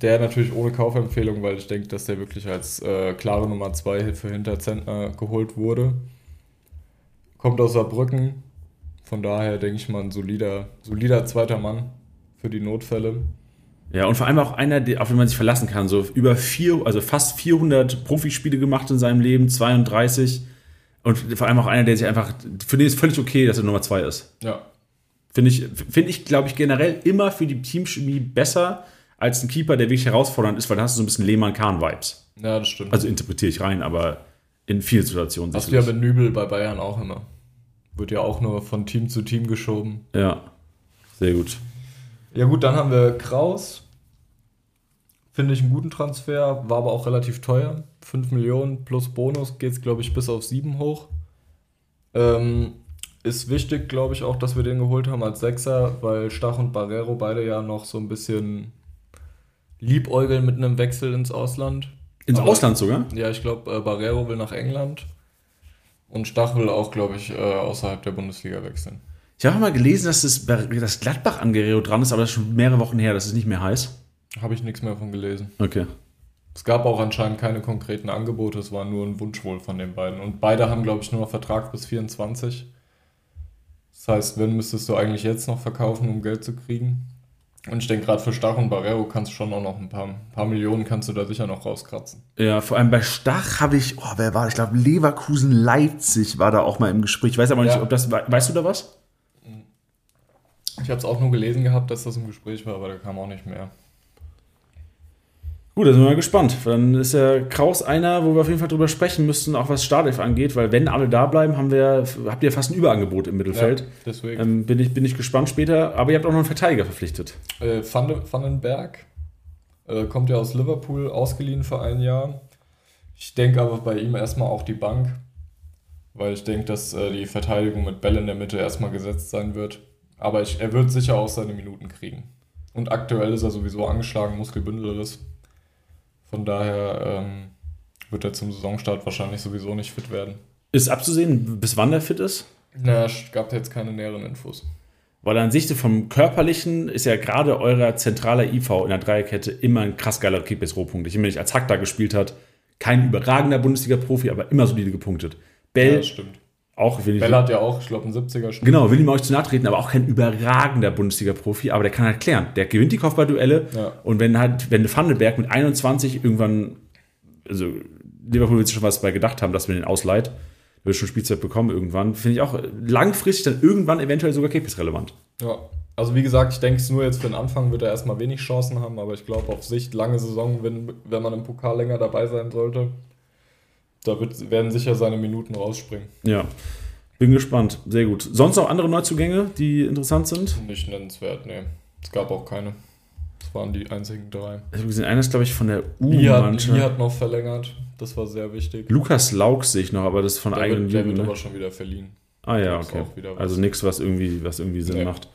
Speaker 2: Der natürlich ohne Kaufempfehlung, weil ich denke, dass der wirklich als äh, klare Nummer 2 für Hinterzentner geholt wurde. Kommt aus Saarbrücken. Von daher denke ich mal ein solider, solider zweiter Mann für die Notfälle.
Speaker 1: Ja, und vor allem auch einer, der- auf den man sich verlassen kann. So über vier, also fast 400 Profispiele gemacht in seinem Leben, 32. Und vor allem auch einer, der sich einfach, für den ist völlig okay, dass er Nummer zwei ist.
Speaker 2: Ja.
Speaker 1: Finde ich, finde ich glaube ich, generell immer für die Teamchemie besser als ein Keeper, der wirklich herausfordernd ist, weil da hast du so ein bisschen Lehmann-Kahn-Vibes.
Speaker 2: Ja, das stimmt.
Speaker 1: Also interpretiere ich rein, aber in vielen Situationen
Speaker 2: das wir
Speaker 1: sicherlich.
Speaker 2: mit Nübel bei Bayern auch immer. Wird ja auch nur von Team zu Team geschoben.
Speaker 1: Ja, sehr gut.
Speaker 2: Ja gut, dann haben wir Kraus. Finde ich einen guten Transfer, war aber auch relativ teuer. 5 Millionen plus Bonus geht es, glaube ich, bis auf 7 hoch. Ähm, ist wichtig, glaube ich, auch, dass wir den geholt haben als Sechser, weil Stach und Barrero beide ja noch so ein bisschen liebäugeln mit einem Wechsel ins Ausland.
Speaker 1: Ins
Speaker 2: Aber-
Speaker 1: Ausland sogar?
Speaker 2: Ja, ich glaube, äh, Barrero will nach England und Stach will auch, glaube ich, äh, außerhalb der Bundesliga wechseln.
Speaker 1: Ich habe mal gelesen, dass das, das Gladbach an Guerrero dran ist, aber das ist schon mehrere Wochen her, das ist nicht mehr heiß.
Speaker 2: Habe ich nichts mehr von gelesen.
Speaker 1: Okay.
Speaker 2: Es gab auch anscheinend keine konkreten Angebote, es war nur ein Wunsch wohl von den beiden. Und beide haben, glaube ich, nur noch Vertrag bis 24. Das heißt, wenn müsstest du eigentlich jetzt noch verkaufen, um Geld zu kriegen. Und ich denke, gerade für Stach und Barrero kannst du schon auch noch ein paar, paar Millionen kannst du da sicher noch rauskratzen.
Speaker 1: Ja, vor allem bei Stach habe ich, oh, wer war, das? ich glaube Leverkusen Leipzig war da auch mal im Gespräch. Ich weiß aber nicht,
Speaker 2: Ja.
Speaker 1: ob das, we- weißt du da was?
Speaker 2: Ich habe es auch nur gelesen gehabt, dass das im Gespräch war, aber da kam auch nicht mehr.
Speaker 1: Gut, da sind wir mal gespannt. Dann ist ja Kraus einer, wo wir auf jeden Fall drüber sprechen müssten, auch was Startelf angeht, weil wenn alle da bleiben, haben wir, habt ihr fast ein Überangebot im Mittelfeld.
Speaker 2: Ja, deswegen.
Speaker 1: Ähm, bin, ich, bin ich gespannt später, aber ihr habt auch noch einen Verteidiger verpflichtet.
Speaker 2: Äh, Van, Vandenberg äh, kommt ja aus Liverpool, ausgeliehen für ein Jahr. Ich denke aber bei ihm erstmal auch die Bank, weil ich denke, dass äh, die Verteidigung mit Bell in der Mitte erstmal gesetzt sein wird. Aber ich, er wird sicher auch seine Minuten kriegen. Und aktuell ist er sowieso angeschlagen, Muskelbündelriss. Von daher ähm, wird er zum Saisonstart wahrscheinlich sowieso nicht fit werden.
Speaker 1: Ist abzusehen, bis wann der fit ist?
Speaker 2: Naja, es gab jetzt keine näheren Infos.
Speaker 1: Weil an sich so vom Körperlichen ist ja gerade eurer zentraler IV in der Dreierkette immer ein krass geiler Kickbase-Rohpunkt. Ich meine, nicht als Hack da gespielt hat, kein überragender Bundesliga-Profi, aber immer solide gepunktet.
Speaker 2: Ja,
Speaker 1: Bell
Speaker 2: das stimmt.
Speaker 1: auch, will ich,
Speaker 2: Bell hat ja auch, ich glaube, einen 70er-Schnitt.
Speaker 1: genau, will ihm auch nicht zu nahe treten, aber auch kein überragender Bundesliga-Profi, aber der kann halt klären. Der gewinnt die Kopfballduelle
Speaker 2: Ja.
Speaker 1: und wenn halt, wenn Vandenberg mit 21 irgendwann, also Liverpool wird sich schon was bei gedacht haben, dass wir den ausleiht, der wird schon Spielzeit bekommen irgendwann, finde ich auch langfristig dann irgendwann eventuell sogar Kickbase-relevant.
Speaker 2: Ja, also wie gesagt, ich denke es nur jetzt für den Anfang wird er erstmal wenig Chancen haben, aber ich glaube auf Sicht lange Saison, wenn, wenn man im Pokal länger dabei sein sollte, da wird, werden sicher seine Minuten rausspringen.
Speaker 1: Ja, bin gespannt. Sehr gut. Sonst noch andere Neuzugänge, die interessant sind?
Speaker 2: Nicht nennenswert, nee. Es gab auch keine. Es waren die einzigen drei.
Speaker 1: Ich habe gesehen, einer ist, glaube ich, von der
Speaker 2: Lee hat, Lee
Speaker 1: U-Mannschaft.
Speaker 2: hat noch verlängert, das war sehr wichtig.
Speaker 1: Lukas Lauk sehe ich noch, aber das ist von
Speaker 2: Der
Speaker 1: eigenen
Speaker 2: wird, der
Speaker 1: Jugend.
Speaker 2: wird
Speaker 1: Ne?
Speaker 2: aber schon wieder verliehen.
Speaker 1: Ah ja,
Speaker 2: ist
Speaker 1: okay.
Speaker 2: auch wieder was.
Speaker 1: Also nichts, was irgendwie, was irgendwie Sinn
Speaker 2: Nee.
Speaker 1: macht.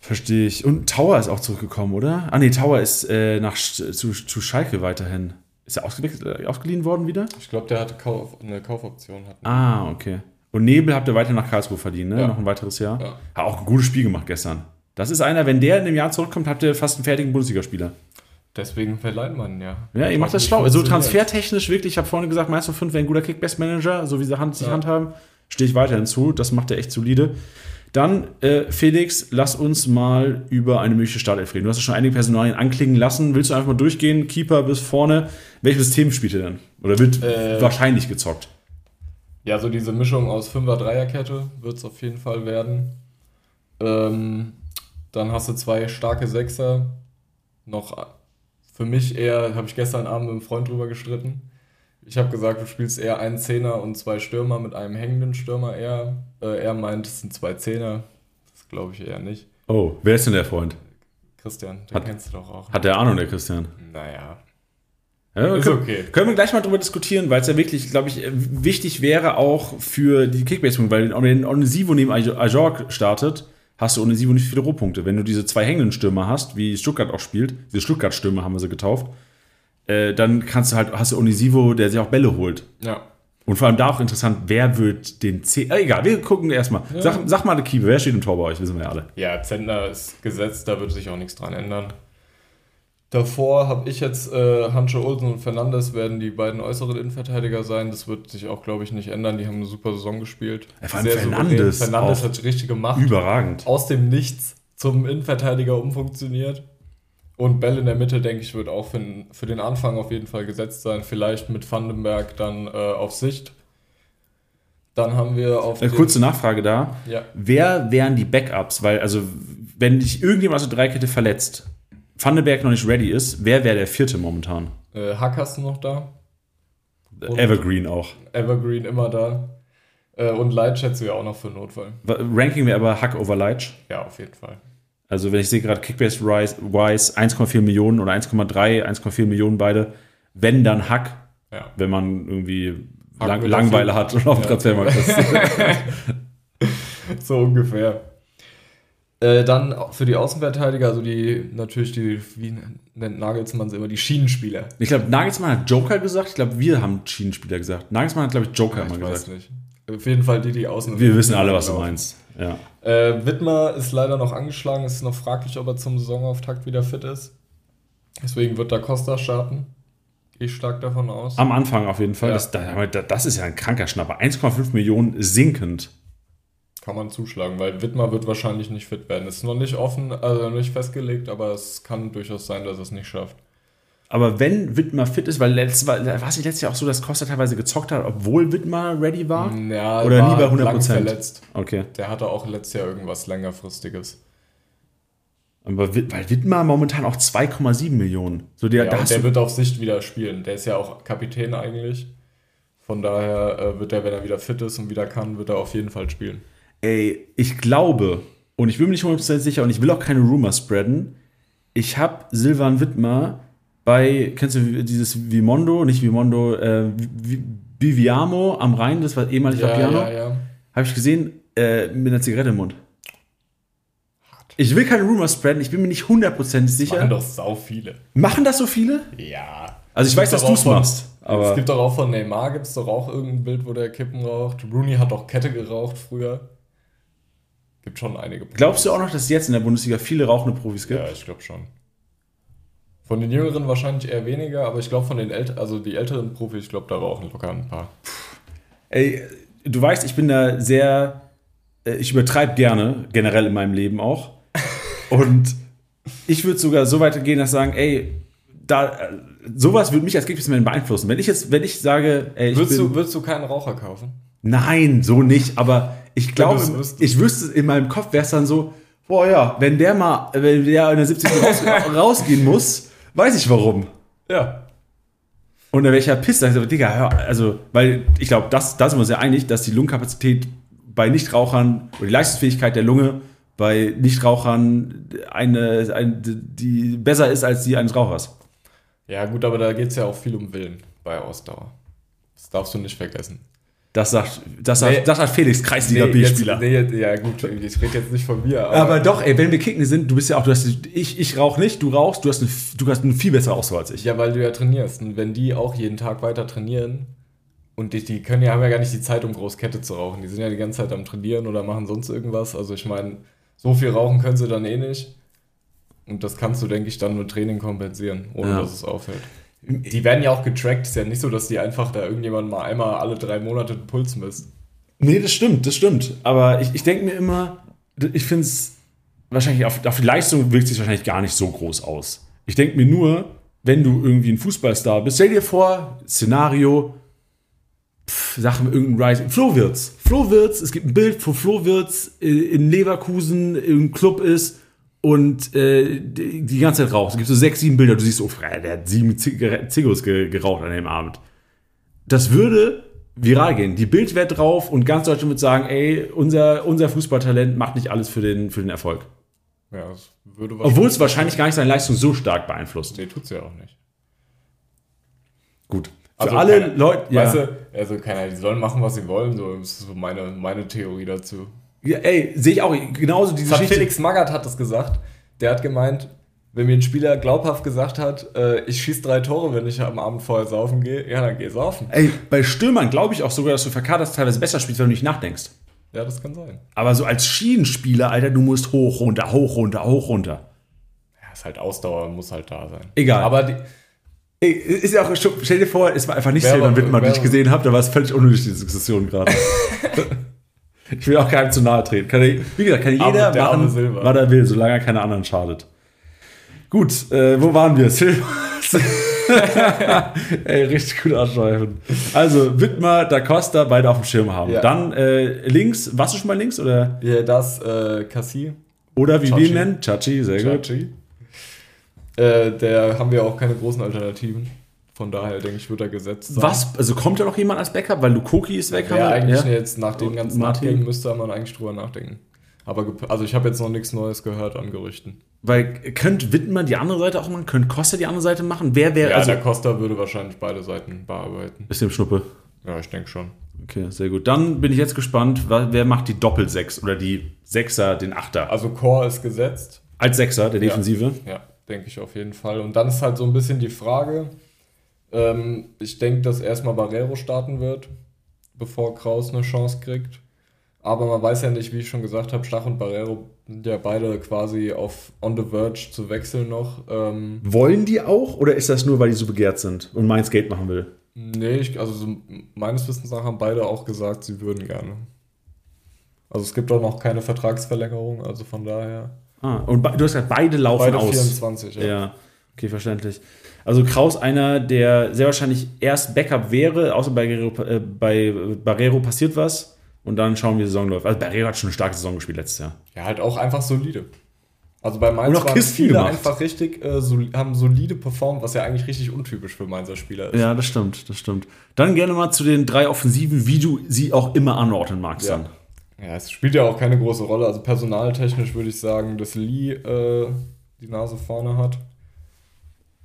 Speaker 1: Verstehe ich. Und Tower ist auch zurückgekommen, oder? Ah nee, Tower ist äh, nach, Sch- zu, zu Schalke weiterhin. Ist er ausgewechselt- äh, ausgeliehen worden wieder?
Speaker 2: Ich glaube, der hatte Kauf, eine Kaufoption. Hatten.
Speaker 1: Ah, okay. Und Nebel habt ihr weiter nach Karlsruhe verdient, ne?
Speaker 2: Ja.
Speaker 1: Noch ein weiteres Jahr.
Speaker 2: Ja.
Speaker 1: Hat auch ein gutes Spiel gemacht gestern. Das ist einer, wenn der in dem Jahr zurückkommt, habt ihr fast einen fertigen Bundesligaspieler.
Speaker 2: Deswegen verleiht man ihn, ja.
Speaker 1: Ja, ihr macht das
Speaker 2: Hat
Speaker 1: schlau. Also
Speaker 2: funktioniert.
Speaker 1: transfertechnisch wirklich, ich habe vorhin gesagt, Meister 5 wäre ein guter Kickbase-Manager, so wie sie Hand, sich handhaben, stehe ich weiterhin zu. Das macht er echt solide. Dann, äh, Felix, lass uns mal über eine mögliche Startelf reden. Du hast ja schon einige Personalien anklingen lassen. Willst du einfach mal durchgehen? Keeper bis vorne. Welches System spielt ihr denn? Oder wird
Speaker 2: Äh.
Speaker 1: wahrscheinlich gezockt?
Speaker 2: Ja, so diese Mischung aus Fünfer-Dreierkette wird es auf jeden Fall werden. Ähm, dann hast du zwei starke Sechser. Noch a- für mich eher, habe ich gestern Abend mit einem Freund drüber gestritten. Ich habe gesagt, du spielst eher einen Zehner und zwei Stürmer mit einem hängenden Stürmer eher. Äh, er meint, es sind zwei Zehner. Das glaube ich eher nicht.
Speaker 1: Oh, wer ist denn der Freund?
Speaker 2: Christian, den
Speaker 1: Hat-
Speaker 2: kennst du doch auch.
Speaker 1: Hat der Ahnung, der Christian?
Speaker 2: Naja.
Speaker 1: Ja,
Speaker 2: Ist
Speaker 1: können,
Speaker 2: okay.
Speaker 1: können wir gleich mal drüber diskutieren, weil es ja wirklich, glaube ich, wichtig wäre auch für die Kickbase-Punkte, weil wenn Onesivo neben Aj- Ajork startet, hast du Onesivo nicht viele Rohpunkte. Wenn du diese zwei hängenden Stürmer hast, wie Stuttgart auch spielt, diese Stuttgart-Stürmer haben wir sie getauft, äh, dann kannst du halt, hast du Onesivo, der sich auch Bälle holt.
Speaker 2: Ja.
Speaker 1: Und vor allem da auch interessant, wer wird den C. Äh, egal, wir gucken erstmal. Sag, sag mal eine Kiebe, wer steht im Tor bei euch? Wissen wir ja alle.
Speaker 2: Ja, Zentner ist gesetzt, da wird sich auch nichts dran ändern. Davor habe ich jetzt äh, Hancho Olsen und Fernandes werden die beiden äußeren Innenverteidiger sein. Das wird sich auch, glaube ich, nicht ändern. Die haben eine super Saison gespielt.
Speaker 1: Ja, vor allem
Speaker 2: souverän.
Speaker 1: Fernandes
Speaker 2: Fernandes
Speaker 1: auch.
Speaker 2: hat sich richtig gemacht.
Speaker 1: Überragend.
Speaker 2: Aus dem Nichts zum Innenverteidiger umfunktioniert. Und Bell in der Mitte, denke ich, wird auch für, den- für den Anfang auf jeden Fall gesetzt sein. Vielleicht mit Vandenberg dann äh, auf Sicht. Dann haben wir auf
Speaker 1: Äh,
Speaker 2: den-
Speaker 1: kurze Nachfrage da.
Speaker 2: Ja.
Speaker 1: Wer wären die Backups? Weil, also, wenn dich irgendjemand aus der Dreikette verletzt, Vandenberg noch nicht ready ist, wer wäre der vierte momentan?
Speaker 2: Äh, Hack hast du noch da? Und-
Speaker 1: Evergreen auch.
Speaker 2: Evergreen immer da. Äh, und Light schätzt du ja auch noch für Notfall.
Speaker 1: Wa- Ranking wäre aber Hack over Leitch.
Speaker 2: Ja, auf jeden Fall.
Speaker 1: Also, wenn ich sehe gerade Kickbase Rise- Wise 1,4 Millionen oder 1,3, 1,4 Millionen beide, wenn dann Hack,
Speaker 2: Ja.
Speaker 1: wenn man irgendwie
Speaker 2: Hack
Speaker 1: Lang
Speaker 2: wird
Speaker 1: Langeweile hat und auf dem Transfermarkt ist.
Speaker 2: So ungefähr. Äh, dann für die Außenverteidiger, also die natürlich die, wie nennt Nagelsmann sie immer, die Schienenspieler.
Speaker 1: Ich glaube, Nagelsmann hat Joker gesagt. Ich glaube, wir haben Schienenspieler gesagt. Nagelsmann hat, glaube ich, Joker mal
Speaker 2: ich weiß
Speaker 1: gesagt.
Speaker 2: nicht. Auf jeden Fall die, die außen. Genau.
Speaker 1: Wir wissen alle, was du meinst. Ja.
Speaker 2: Äh, Wittmer ist leider noch angeschlagen. Es ist noch fraglich, ob er zum Saisonauftakt wieder fit ist. Deswegen wird da Costa starten. Gehe ich stark davon aus.
Speaker 1: Am Anfang auf jeden Fall.
Speaker 2: Ja.
Speaker 1: Das, das ist ja ein kranker Schnapper. 1,5 Millionen sinkend.
Speaker 2: Kann man zuschlagen, weil Wittmer wird wahrscheinlich nicht fit werden. Ist noch nicht offen, also noch nicht festgelegt, aber es kann durchaus sein, dass er es nicht schafft.
Speaker 1: Aber wenn Wittmer fit ist, weil letztes war, war es nicht letztes Jahr auch so, dass Costa teilweise gezockt hat, obwohl Wittmer ready war?
Speaker 2: Ja,
Speaker 1: Oder
Speaker 2: war
Speaker 1: nie bei 100
Speaker 2: lang
Speaker 1: Prozent.
Speaker 2: verletzt.
Speaker 1: Mhm. Okay.
Speaker 2: Der hatte auch letztes Jahr irgendwas längerfristiges.
Speaker 1: Aber Witt- weil Wittmer momentan auch 2,7 Millionen. So der,
Speaker 2: Ja,
Speaker 1: da
Speaker 2: und
Speaker 1: hast
Speaker 2: der
Speaker 1: du,
Speaker 2: wird auf Sicht wieder spielen. Der ist ja auch Kapitän eigentlich. Von daher äh, wird er, wenn er wieder fit ist und wieder kann, wird er auf jeden Fall spielen.
Speaker 1: ey, ich glaube, und ich bin mir nicht 100% sicher und ich will auch keine Rumor spreaden, ich habe Silvan Wittmer bei, kennst du dieses Vimondo, nicht Vimondo, äh, Vi- Vi- Viviamo am Rhein, das war ehemalig ja, Piano.
Speaker 2: ja, ja.
Speaker 1: Habe ich gesehen, äh, mit einer Zigarette im Mund. Ich will keine Rumor spreaden, ich bin mir nicht hundertprozentig sicher.
Speaker 2: Machen
Speaker 1: Machen,
Speaker 2: doch sau viele.
Speaker 1: das so viele?
Speaker 2: Ja.
Speaker 1: Also ich weiß, dass
Speaker 2: aber
Speaker 1: du
Speaker 2: auch
Speaker 1: es
Speaker 2: von-
Speaker 1: machst.
Speaker 2: es
Speaker 1: Aber
Speaker 2: gibt doch auch von Neymar, gibt es doch auch irgendein Bild, wo der Kippen raucht. Rooney hat doch Kette geraucht früher. Gibt schon einige.
Speaker 1: glaubst du auch noch, dass es jetzt in der Bundesliga viele rauchende Profis gibt?
Speaker 2: Ja, ich glaube schon. Von den Jüngeren wahrscheinlich eher weniger, aber ich glaube von den älteren, also die älteren Profis, ich glaube, da rauchen locker ein paar.
Speaker 1: Ey, du weißt, ich bin da sehr, äh, ich übertreibe gerne, generell in meinem Leben auch. Und ich würde sogar so weit gehen, dass sagen, ey, da, äh, sowas würde mich als Gegenspieler beeinflussen. Wenn ich jetzt, wenn ich sage, ey, ich
Speaker 2: Würdest
Speaker 1: bin,
Speaker 2: du, würdest du keinen Raucher kaufen?
Speaker 1: Nein, so nicht, aber ich glaube,
Speaker 2: du's wüsstest.
Speaker 1: ich wüsste, in meinem Kopf wäre es dann so, boah ja, wenn der mal, wenn der in der 70. raus, rausgehen muss, weiß ich warum.
Speaker 2: Ja.
Speaker 1: Und in welcher Piste, also, Digga, hör, also, weil ich glaube, das, da sind wir uns ja einig, dass die Lungenkapazität bei Nichtrauchern oder die Leistungsfähigkeit der Lunge bei Nichtrauchern eine, ein- die besser ist als die eines Rauchers.
Speaker 2: Ja, gut, aber da geht es ja auch viel um Willen bei Ausdauer. Das darfst du nicht vergessen.
Speaker 1: Das sagt, das sagt,
Speaker 2: Nee.
Speaker 1: das sagt Felix, Kreisliga
Speaker 2: jetzt,
Speaker 1: B-Spieler.
Speaker 2: nee, ja, gut, ich rede jetzt nicht von mir,
Speaker 1: Aber doch, ey, wenn wir kicken sind, du bist ja auch, du hast, ich, ich rauche nicht, du rauchst, du hast, eine, du hast eine viel bessere Ausdauer als ich.
Speaker 2: Ja, weil du ja trainierst. Und wenn die auch jeden Tag weiter trainieren und die, die können ja, haben ja gar nicht die Zeit, um Großkette zu rauchen. Die sind ja die ganze Zeit am Trainieren oder machen sonst irgendwas. Also ich meine, so viel rauchen können sie dann eh nicht. Und das kannst du, denke ich, dann mit Training kompensieren, ohne
Speaker 1: Ja.
Speaker 2: dass es auffällt. Die werden ja auch getrackt. Ist ja nicht so, dass die einfach da irgendjemand mal einmal alle drei Monate den Puls misst.
Speaker 1: Nee, das stimmt, das stimmt. Aber ich, ich denke mir immer, ich finde es wahrscheinlich, auf, auf die Leistung wirkt sich wahrscheinlich gar nicht so groß aus. Ich denke mir nur, wenn du irgendwie ein Fußballstar bist, stell dir vor, Szenario, pff, Sachen, irgendein Rising, Flo Wirtz. Flo Wirtz, es gibt ein Bild von Flo Wirtz äh, in Leverkusen im Club ist und äh, die die ganze Zeit raucht. Es gibt so sechs, sieben Bilder, du siehst, oh, der hat sieben Zigaretten- Zigos ge- geraucht an dem Abend das würde viral gehen. Die Bild wäre drauf und ganz Deutschland würde sagen, ey, unser, unser Fußballtalent macht nicht alles für den, für den Erfolg.
Speaker 2: Ja, das würde
Speaker 1: Obwohl es wahrscheinlich gar nicht seine Leistung so stark beeinflusst.
Speaker 2: Nee, tut's ja auch nicht.
Speaker 1: Gut. Für
Speaker 2: Also
Speaker 1: alle
Speaker 2: keiner-
Speaker 1: Leute, ja,
Speaker 2: Weißt du, also keiner, die sollen machen, was sie wollen. So, das ist so meine, meine Theorie dazu.
Speaker 1: ja, ey, sehe ich auch genauso die
Speaker 2: Das hat
Speaker 1: Geschichte.
Speaker 2: Felix Magath hat das gesagt. Der hat gemeint, wenn mir ein Spieler glaubhaft gesagt hat, äh, ich schieße drei Tore, wenn ich am Abend vorher saufen gehe, ja, dann geh saufen.
Speaker 1: Ey, bei Stürmern glaube ich auch sogar, dass du verkaderst teilweise besser spielst, wenn du nicht nachdenkst.
Speaker 2: Ja, das kann sein.
Speaker 1: Aber so als Schienenspieler, Alter, du musst hoch, runter, hoch, runter, hoch, runter.
Speaker 2: Ja, ist halt Ausdauer, muss halt da sein.
Speaker 1: Egal.
Speaker 2: Aber die,
Speaker 1: Ey, ist ja auch, schon- stell dir vor, es war einfach nicht
Speaker 2: Wer
Speaker 1: Silvan
Speaker 2: war-
Speaker 1: Wittmann, den
Speaker 2: wer
Speaker 1: ich
Speaker 2: war-
Speaker 1: gesehen habe, da war es völlig unnötig, diese Diskussion gerade. ich will auch keinem zu nahe treten. Kann, ja- wie gesagt, kann jeder
Speaker 2: Arme- der arme
Speaker 1: machen,
Speaker 2: Silvan.
Speaker 1: was er will, solange er keine anderen schadet. Gut, äh, wo waren wir? Silvan. Ey, richtig gut anschreiben. Also, Wittmer, Da Costa, beide auf dem Schirm haben.
Speaker 2: Ja.
Speaker 1: Dann äh, links, warst du schon mal links oder,
Speaker 2: ja, das, äh, Cassie,
Speaker 1: oder wie wir ihn
Speaker 2: Chachi.
Speaker 1: nennen? Chachi, sehr gut.
Speaker 2: Chachi, äh, der haben wir auch keine großen Alternativen. Von daher, denke ich, wird er gesetzt sein.
Speaker 1: Was, also kommt da noch jemand als Backup, weil Lukoki ist weg? haben
Speaker 2: Ja,
Speaker 1: wir-
Speaker 2: eigentlich
Speaker 1: ja?
Speaker 2: jetzt nach dem ganzen
Speaker 1: Martin.
Speaker 2: Abgängen müsste man eigentlich drüber nachdenken. Aber gep- also ich habe jetzt noch nichts Neues gehört an Gerüchten.
Speaker 1: Weil könnte Wittmann die andere Seite auch machen, könnte Costa die andere Seite machen? Wer wäre
Speaker 2: Ja,
Speaker 1: also
Speaker 2: der Costa würde wahrscheinlich beide Seiten bearbeiten.
Speaker 1: ist dem Schnuppe.
Speaker 2: Ja, ich denke schon.
Speaker 1: Okay, sehr gut. Dann bin ich jetzt gespannt, wa- wer macht die Doppelsechs oder die Sechser, den Achter?
Speaker 2: Also Core ist gesetzt.
Speaker 1: Als Sechser, der Defensive.
Speaker 2: Ja, denke ich auf jeden Fall. Und dann ist halt so ein bisschen die Frage. Ähm, ich denke, dass erstmal Barrero starten wird, bevor Kraus eine Chance kriegt. Aber man weiß ja nicht, wie ich schon gesagt habe, Stach und Barrero sind ja beide quasi auf on the verge zu wechseln noch. Ähm,
Speaker 1: Wollen die auch oder ist das nur, weil die so begehrt sind und Mainz Geld machen will?
Speaker 2: nee, ich, also so, meines Wissens nach haben beide auch gesagt, sie würden gerne. Also es gibt auch noch keine Vertragsverlängerung, also von daher.
Speaker 1: Ah, und be- du hast gesagt, beide laufen
Speaker 2: Beide
Speaker 1: aus.
Speaker 2: 24,
Speaker 1: ja. okay, verständlich. Also Kraus einer, der sehr wahrscheinlich erst Backup wäre, außer bei Guerrero, äh, bei Barrero passiert was und dann schauen, wie die Saison läuft. Also Barrero hat schon eine starke Saison gespielt letztes Jahr.
Speaker 2: Ja, halt auch einfach solide. Also bei Mainz
Speaker 1: Und auch
Speaker 2: waren
Speaker 1: Kisten
Speaker 2: viele
Speaker 1: gemacht.
Speaker 2: einfach richtig, äh, sol haben solide performt, was ja eigentlich richtig untypisch für Mainzer Spieler ist.
Speaker 1: Ja, das stimmt, das stimmt. Dann gerne mal zu den drei Offensiven, wie du sie auch immer anordnen magst
Speaker 2: ja.
Speaker 1: dann.
Speaker 2: Ja, es spielt ja auch keine große Rolle. Also personaltechnisch würde ich sagen, dass Lee äh, die Nase vorne hat.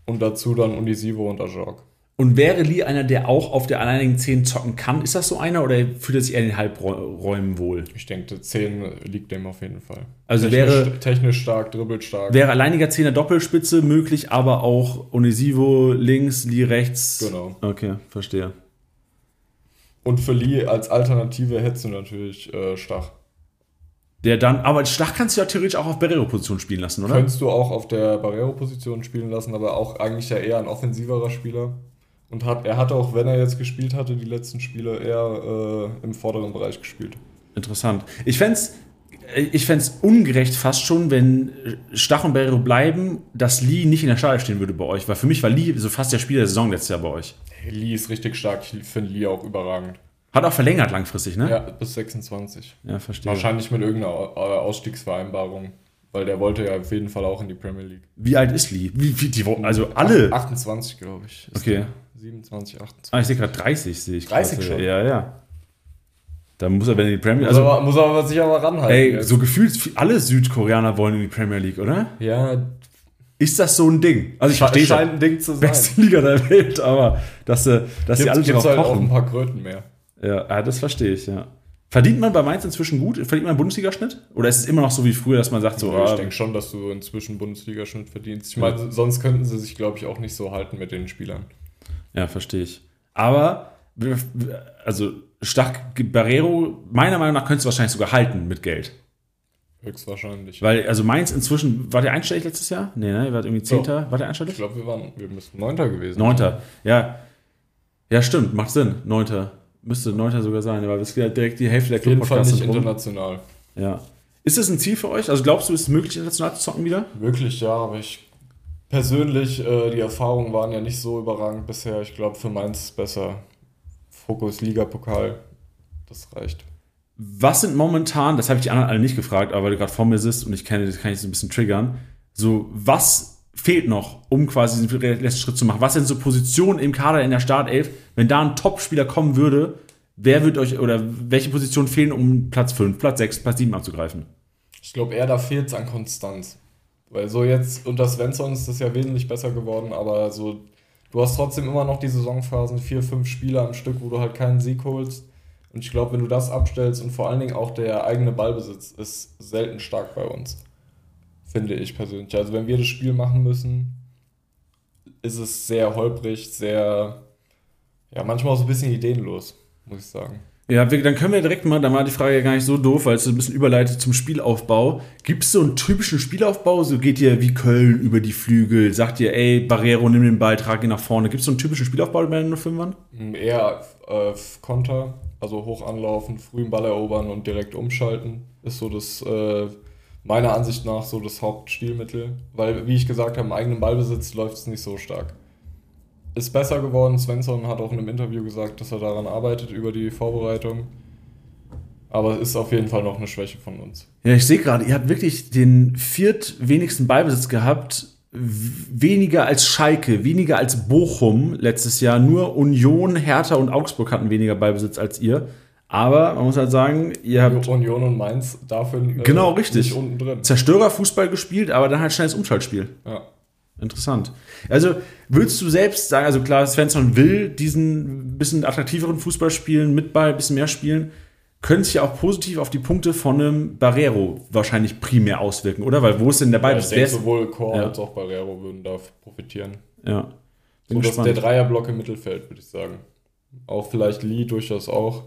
Speaker 2: Und dazu dann Unisivo und Ajorg.
Speaker 1: Und wäre Lee einer, der auch auf der alleinigen 10 zocken kann? Ist das so einer oder fühlt er sich eher in den Halbräumen wohl?
Speaker 2: Ich denke, 10 liegt dem auf jeden Fall.
Speaker 1: Also
Speaker 2: technisch,
Speaker 1: wäre-
Speaker 2: Technisch stark, dribbelt stark.
Speaker 1: Wäre alleiniger Zehner Doppelspitze möglich, aber auch Onisivo links, Lee rechts.
Speaker 2: Genau.
Speaker 1: Okay, verstehe.
Speaker 2: Und für Lee als Alternative hättest du natürlich äh, Stach.
Speaker 1: Der dann, aber Stach kannst du ja theoretisch auch auf Barrero-Position spielen lassen, oder?
Speaker 2: Könntest du auch auf der Barrero-Position spielen lassen, aber auch eigentlich ja eher ein offensiverer Spieler. Und hat, er hat auch, wenn er jetzt gespielt hatte, die letzten Spiele eher äh, im vorderen Bereich gespielt.
Speaker 1: Interessant. Ich fänd's, ich fänd's ungerecht fast schon, wenn Stach und Barrero bleiben, dass Lee nicht in der Schale stehen würde bei euch, weil für mich war Lee so fast der Spieler der Saison letztes Jahr bei euch.
Speaker 2: Hey, Lee ist richtig stark, ich finde Lee auch überragend.
Speaker 1: Hat auch verlängert langfristig, ne?
Speaker 2: Ja, bis 26.
Speaker 1: Ja, verstehe.
Speaker 2: Wahrscheinlich mit irgendeiner Au- äh, Ausstiegsvereinbarung, weil der wollte ja auf jeden Fall auch in die Premier League.
Speaker 1: Wie alt ist Lee? Wie, wie, die, wo- also alle.
Speaker 2: 28, glaube ich. ist
Speaker 1: Okay.
Speaker 2: der. 27, 28.
Speaker 1: Ah, ich sehe gerade 30, sehe ich.
Speaker 2: 30
Speaker 1: gerade.
Speaker 2: schon?
Speaker 1: Ja, ja. Da muss er, wenn er in die Premier League.
Speaker 2: Also, muss,
Speaker 1: Also,
Speaker 2: aber, muss aber sich aber ranhalten.
Speaker 1: ey,
Speaker 2: jetzt.
Speaker 1: so gefühlt viel- alle Südkoreaner wollen in die Premier League, oder?
Speaker 2: ja,
Speaker 1: Ist das so ein Ding? Also, ich verstehe
Speaker 2: scheint
Speaker 1: schon.
Speaker 2: ein Ding zu sein.
Speaker 1: Beste Liga der Welt, aber dass, äh, dass sie alle
Speaker 2: Gibt,
Speaker 1: drauf
Speaker 2: gibt's halt auch ein
Speaker 1: kochen.
Speaker 2: paar Kröten mehr.
Speaker 1: Ja, ah, das verstehe ich, ja. Verdient man bei Mainz inzwischen gut? Verdient man einen Bundesligaschnitt? Oder ist es immer noch so wie früher, dass man sagt, so,
Speaker 2: Ja, Also ich
Speaker 1: ah,
Speaker 2: denke schon, dass du inzwischen Bundesliga-Schnitt verdienst. Ich meine, sonst könnten sie sich, glaube ich, auch nicht so halten mit den Spielern.
Speaker 1: Ja, verstehe ich. Aber, w- w- also stark Barrero, meiner Meinung nach könntest du wahrscheinlich sogar halten mit Geld.
Speaker 2: Höchstwahrscheinlich.
Speaker 1: Weil, also Mainz inzwischen, war der einstellig letztes Jahr? Nee, ne, ihr wart irgendwie Zehnter. War der
Speaker 2: ich
Speaker 1: einstellig?
Speaker 2: glaube, wir waren, wir müssten Neunter gewesen.
Speaker 1: Neunter, ja. Ja, stimmt, macht Sinn. Neunter. Müsste Neunter sogar sein, aber es ist ja direkt die Hälfte der
Speaker 2: Auf jeden Fall
Speaker 1: Club-Podcasts
Speaker 2: nicht
Speaker 1: sind rum.
Speaker 2: international.
Speaker 1: Ja. Ist das ein Ziel für euch? Also glaubst du, ist es möglich, international zu zocken wieder?
Speaker 2: Wirklich, ja, aber ich persönlich, äh, die Erfahrungen waren ja nicht so überragend bisher. Ich glaube, für Mainz ist es besser. Fokus Liga-Pokal, das reicht.
Speaker 1: Was sind momentan, das habe ich die anderen alle nicht gefragt, aber weil du gerade vor mir sitzt und ich kenne, das kann ich so ein bisschen triggern. So, was fehlt noch, um quasi diesen letzten Schritt zu machen? Was sind so Positionen im Kader in der Startelf, wenn da ein Top-Spieler kommen würde? Wer wird euch oder welche Positionen fehlen, um Platz 5, Platz 6, Platz 7 anzugreifen?
Speaker 2: Ich glaube, eher da fehlt es an Konstanz. Weil so jetzt unter Svensson ist das ja wesentlich besser geworden, aber so, du hast trotzdem immer noch die Saisonphasen, vier, fünf Spiele am Stück, wo du halt keinen Sieg holst. Und ich glaube, wenn du das abstellst und vor allen Dingen auch der eigene Ballbesitz ist selten stark bei uns. Finde ich persönlich. Also wenn wir das Spiel machen müssen, ist es sehr holprig, sehr, ja, manchmal auch so ein bisschen ideenlos, muss ich sagen.
Speaker 1: Ja, wir, dann können wir direkt mal, dann war die Frage ja gar nicht so doof, weil es so ein bisschen überleitet zum Spielaufbau. Gibt es so einen typischen Spielaufbau? So geht ihr wie Köln über die Flügel, sagt ihr, ey, Barrero, nimm den Ball, trag ihn nach vorne. Gibt es so einen typischen Spielaufbau bei den 05ern?
Speaker 2: Mm, Eher äh, Konter, also hoch anlaufen, frühen Ball erobern und direkt umschalten, ist so das, äh, meiner Ansicht nach, so das Hauptstilmittel. Weil, wie ich gesagt habe, im eigenen Ballbesitz läuft es nicht so stark. Ist besser geworden. Svensson hat auch in einem Interview gesagt, dass er daran arbeitet über die Vorbereitung. Aber es ist auf jeden Fall noch eine Schwäche von uns.
Speaker 1: Ja, ich sehe gerade, ihr habt wirklich den viertwenigsten Ballbesitz gehabt. W- Weniger als Schalke, weniger als Bochum letztes Jahr. Nur Union, Hertha und Augsburg hatten weniger Ballbesitz als ihr. Aber man muss halt sagen, ihr habt
Speaker 2: Union und Mainz dafür äh,
Speaker 1: Genau, richtig.
Speaker 2: nicht unten drin.
Speaker 1: Zerstörerfußball gespielt, aber dann halt schnelles Umschaltspiel.
Speaker 2: Ja.
Speaker 1: Interessant. Also würdest du selbst sagen, also klar, Svensson will diesen bisschen attraktiveren Fußball spielen, mit Ball ein bisschen mehr spielen, können sich ja auch positiv auf die Punkte von einem Barrero wahrscheinlich primär auswirken, oder? Weil wo ist denn der Ball?
Speaker 2: Ja, ich
Speaker 1: Wer
Speaker 2: denke,
Speaker 1: ist-
Speaker 2: sowohl Core
Speaker 1: ja.
Speaker 2: als auch Barrero würden da profitieren.
Speaker 1: ja.
Speaker 2: So,
Speaker 1: Bin
Speaker 2: das ist der
Speaker 1: gespannt.
Speaker 2: Dreierblock im Mittelfeld, würde ich sagen. Auch vielleicht Lee durchaus auch.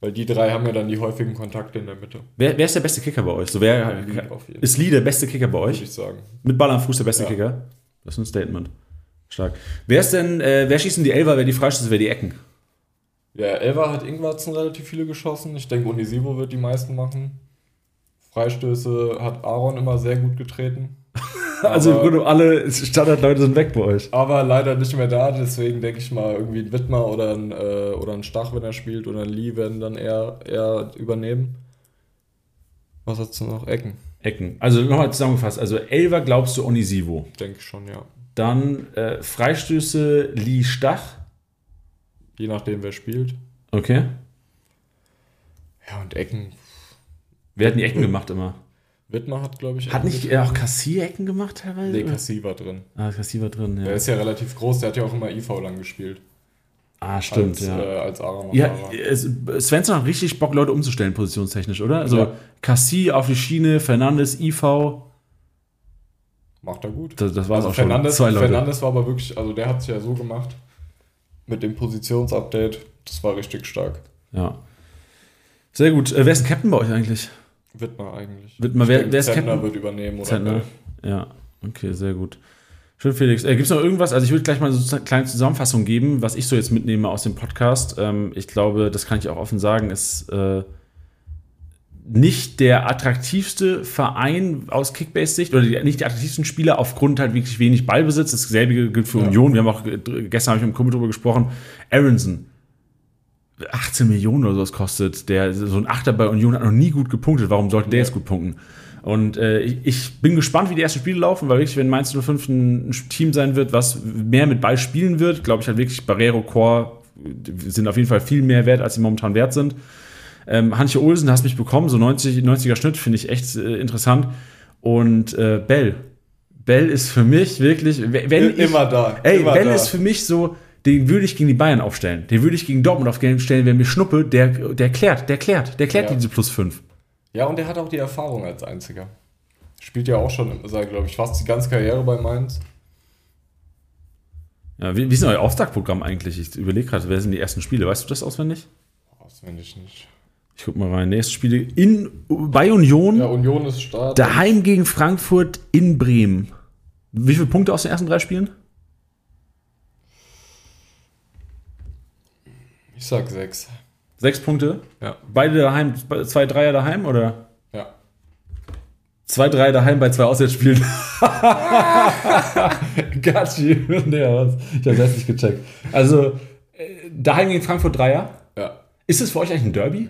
Speaker 2: Weil die drei haben ja dann die häufigen Kontakte in der Mitte.
Speaker 1: Wer, wer ist der beste Kicker bei euch? So, wer,
Speaker 2: Lee auf jeden Fall,
Speaker 1: ist Lee der beste Kicker bei euch?
Speaker 2: würde ich sagen.
Speaker 1: Mit Ball am Fuß der beste
Speaker 2: Ja.
Speaker 1: Kicker. Das ist ein Statement. Stark. Wer ist denn, äh, wer schießt denn die Elfer, wer die Freistöße, wer die Ecken?
Speaker 2: Ja, Elva hat Ingwarzen relativ viele geschossen. Ich denke, Unisivo wird die meisten machen. Freistöße hat Aaron immer sehr gut getreten.
Speaker 1: Also im
Speaker 2: Aber-
Speaker 1: Grunde alle Standardleute sind weg bei euch.
Speaker 2: aber leider nicht mehr da, deswegen denke ich mal, irgendwie ein Wittmer oder ein, äh, oder ein Stach, wenn er spielt, oder ein Lee werden dann eher, eher übernehmen. Was hat's denn noch? Ecken,
Speaker 1: Ecken. Also nochmal zusammengefasst. Also Elfer glaubst du Onisivo.
Speaker 2: denke ich schon, ja.
Speaker 1: Dann äh, Freistöße Lee Stach.
Speaker 2: Je nachdem, wer spielt.
Speaker 1: Okay.
Speaker 2: Ja, und Ecken.
Speaker 1: Wer hat denn die Ecken gemacht immer?
Speaker 2: Wittmer hat, glaube ich,
Speaker 1: Hat nicht äh, auch Kassier Ecken gemacht teilweise?
Speaker 2: Nee, Kassi war drin.
Speaker 1: ah, Kassier war drin,
Speaker 2: Der
Speaker 1: ja.
Speaker 2: ist ja relativ groß, der hat ja auch immer IV lang gespielt.
Speaker 1: Ah, stimmt,
Speaker 2: als,
Speaker 1: ja.
Speaker 2: äh, als Aaron noch
Speaker 1: Ja,
Speaker 2: da war.
Speaker 1: es- Svensson hat richtig Bock, Leute umzustellen, positionstechnisch, oder? Also
Speaker 2: Ja.
Speaker 1: Cassie auf die Schiene, Fernandes, IV,
Speaker 2: Macht er gut.
Speaker 1: das, das war es
Speaker 2: Also
Speaker 1: auch schon.
Speaker 2: Fernandes,
Speaker 1: Zwei Leute.
Speaker 2: Fernandes war aber wirklich, also der hat es ja so gemacht mit dem Positionsupdate. Das war richtig stark.
Speaker 1: Ja. Sehr gut. Äh, wer ist denn Captain bei euch eigentlich?
Speaker 2: Wittmer eigentlich.
Speaker 1: Wittmer, wer- wer ist
Speaker 2: Zentner
Speaker 1: Captain?
Speaker 2: wird übernehmen oder
Speaker 1: Zentner.
Speaker 2: Zentner.
Speaker 1: Ja, okay, sehr gut. Schön, Felix. Äh, Gibt es noch irgendwas? Also ich würde gleich mal so eine kleine Zusammenfassung geben, was ich so jetzt mitnehme aus dem Podcast. Ähm, ich glaube, das kann ich auch offen sagen, ist äh, nicht der attraktivste Verein aus Kickbase-Sicht oder die, nicht die attraktivsten Spieler aufgrund halt wirklich wenig Ballbesitz. Dasselbe gilt für
Speaker 2: Ja.
Speaker 1: Union. Wir haben auch äh, gestern habe ich mit dem Kumpel drüber gesprochen. Aronson. 18 Millionen oder sowas kostet. Der, so ein Achter bei Union hat noch nie gut gepunktet. Warum sollte der
Speaker 2: Ja.
Speaker 1: jetzt gut punkten? Und äh, ich, ich bin gespannt, wie die ersten Spiele laufen, weil wirklich, wenn Mainz 05 ein Team sein wird, was mehr mit Ball spielen wird, glaube ich halt wirklich, Barrero, Core sind auf jeden Fall viel mehr wert, als sie momentan wert sind. Ähm, Hanche Olsen, hast mich bekommen, so 90, 90er Schnitt, finde ich echt äh, interessant. Und äh, Bell. Bell ist für mich wirklich, we- wenn ich,
Speaker 2: Immer da.
Speaker 1: Ey,
Speaker 2: immer
Speaker 1: Bell
Speaker 2: da.
Speaker 1: ist für mich so, den würde ich gegen die Bayern aufstellen. Den würde ich gegen Dortmund aufstellen, wenn mir Schnuppe, der, der klärt, der klärt, der klärt
Speaker 2: Ja.
Speaker 1: diese plus 5.
Speaker 2: ja, und der hat auch die Erfahrung als einziger. Spielt ja auch schon, glaube ich, fast die ganze Karriere bei Mainz.
Speaker 1: Ja, wie, wie ist denn euer Auftaktprogramm eigentlich? Ich überlege gerade, wer sind die ersten Spiele? Weißt du das auswendig?
Speaker 2: Auswendig nicht.
Speaker 1: Ich guck mal rein. Nächste Spiele in, bei Union,
Speaker 2: Ja, Union ist Start.
Speaker 1: daheim gegen Frankfurt in Bremen. Wie viele Punkte aus den ersten drei Spielen?
Speaker 2: Ich sag sechs.
Speaker 1: Sechs Punkte.
Speaker 2: Ja.
Speaker 1: Beide daheim, zwei Dreier daheim oder?
Speaker 2: Ja.
Speaker 1: Zwei Dreier daheim bei zwei Auswärtsspielen. Gatschi. Nee, was? Ich habe das nicht gecheckt. Also, äh, daheim gegen Frankfurt Dreier.
Speaker 2: Ja.
Speaker 1: Ist es für euch eigentlich ein Derby?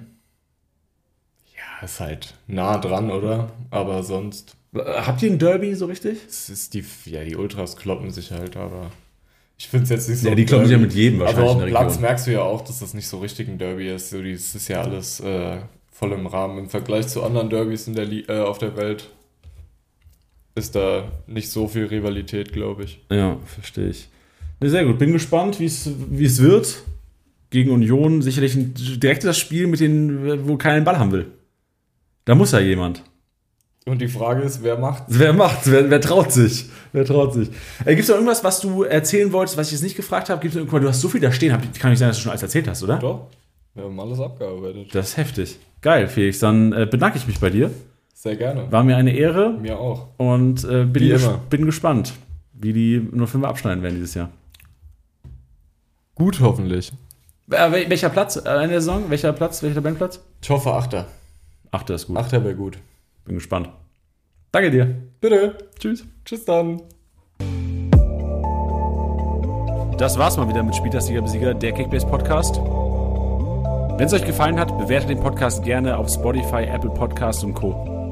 Speaker 2: Ja, ist halt nah dran, oder? Aber sonst.
Speaker 1: Äh, Habt ihr ein Derby so richtig?
Speaker 2: Es ist die, ja, die Ultras kloppen sich halt, aber ich finde es jetzt nicht so.
Speaker 1: Ja, die kloppen sich ja mit jedem
Speaker 2: wahrscheinlich.
Speaker 1: wahrscheinlich
Speaker 2: Also auf
Speaker 1: in
Speaker 2: dem
Speaker 1: der
Speaker 2: Platz
Speaker 1: Region.
Speaker 2: merkst du ja auch, dass das nicht so richtig ein Derby ist. So, die- es ist ja alles äh, voll im Rahmen. Im Vergleich zu anderen Derbys in der Li äh, auf der Welt ist da nicht so viel Rivalität, glaube ich.
Speaker 1: Ja, verstehe ich. Ne, sehr gut. Bin gespannt, wie es wie es wird. Gegen Union sicherlich ein direkt das Spiel, mit denen, wo keiner den Ball haben will. Da muss ja jemand.
Speaker 2: Und die Frage ist, wer macht?
Speaker 1: Wer macht's? Wer, wer traut sich? Wer traut sich? Äh, Gibt es noch irgendwas, was du erzählen wolltest, was ich jetzt nicht gefragt habe? Gibt's noch irgendwas? Du hast so viel da stehen. Hab, kann nicht sein, dass du schon alles erzählt hast, oder?
Speaker 2: Doch, wir haben alles abgearbeitet.
Speaker 1: Das ist heftig. Geil, Felix. Dann äh, bedanke ich mich bei dir.
Speaker 2: Sehr gerne.
Speaker 1: War mir eine Ehre
Speaker 2: Mir auch.
Speaker 1: und äh, bin,
Speaker 2: Wie
Speaker 1: ges-
Speaker 2: immer.
Speaker 1: bin gespannt, wie die 05 abschneiden werden dieses Jahr.
Speaker 2: Gut, hoffentlich.
Speaker 1: Äh, wel- welcher Platz äh, in der Saison? Welcher Platz? Welcher Tabellenplatz?
Speaker 2: Ich hoffe, Achter.
Speaker 1: Ach, der ist gut.
Speaker 2: Achter wäre gut.
Speaker 1: Bin gespannt. Danke dir.
Speaker 2: Bitte.
Speaker 1: Tschüss.
Speaker 2: Tschüss dann.
Speaker 3: Das war's mal wieder mit Spieltagsliga-Besieger, der Kickbase-Podcast. Wenn es euch gefallen hat, bewertet den Podcast gerne auf Spotify, Apple Podcasts und Co.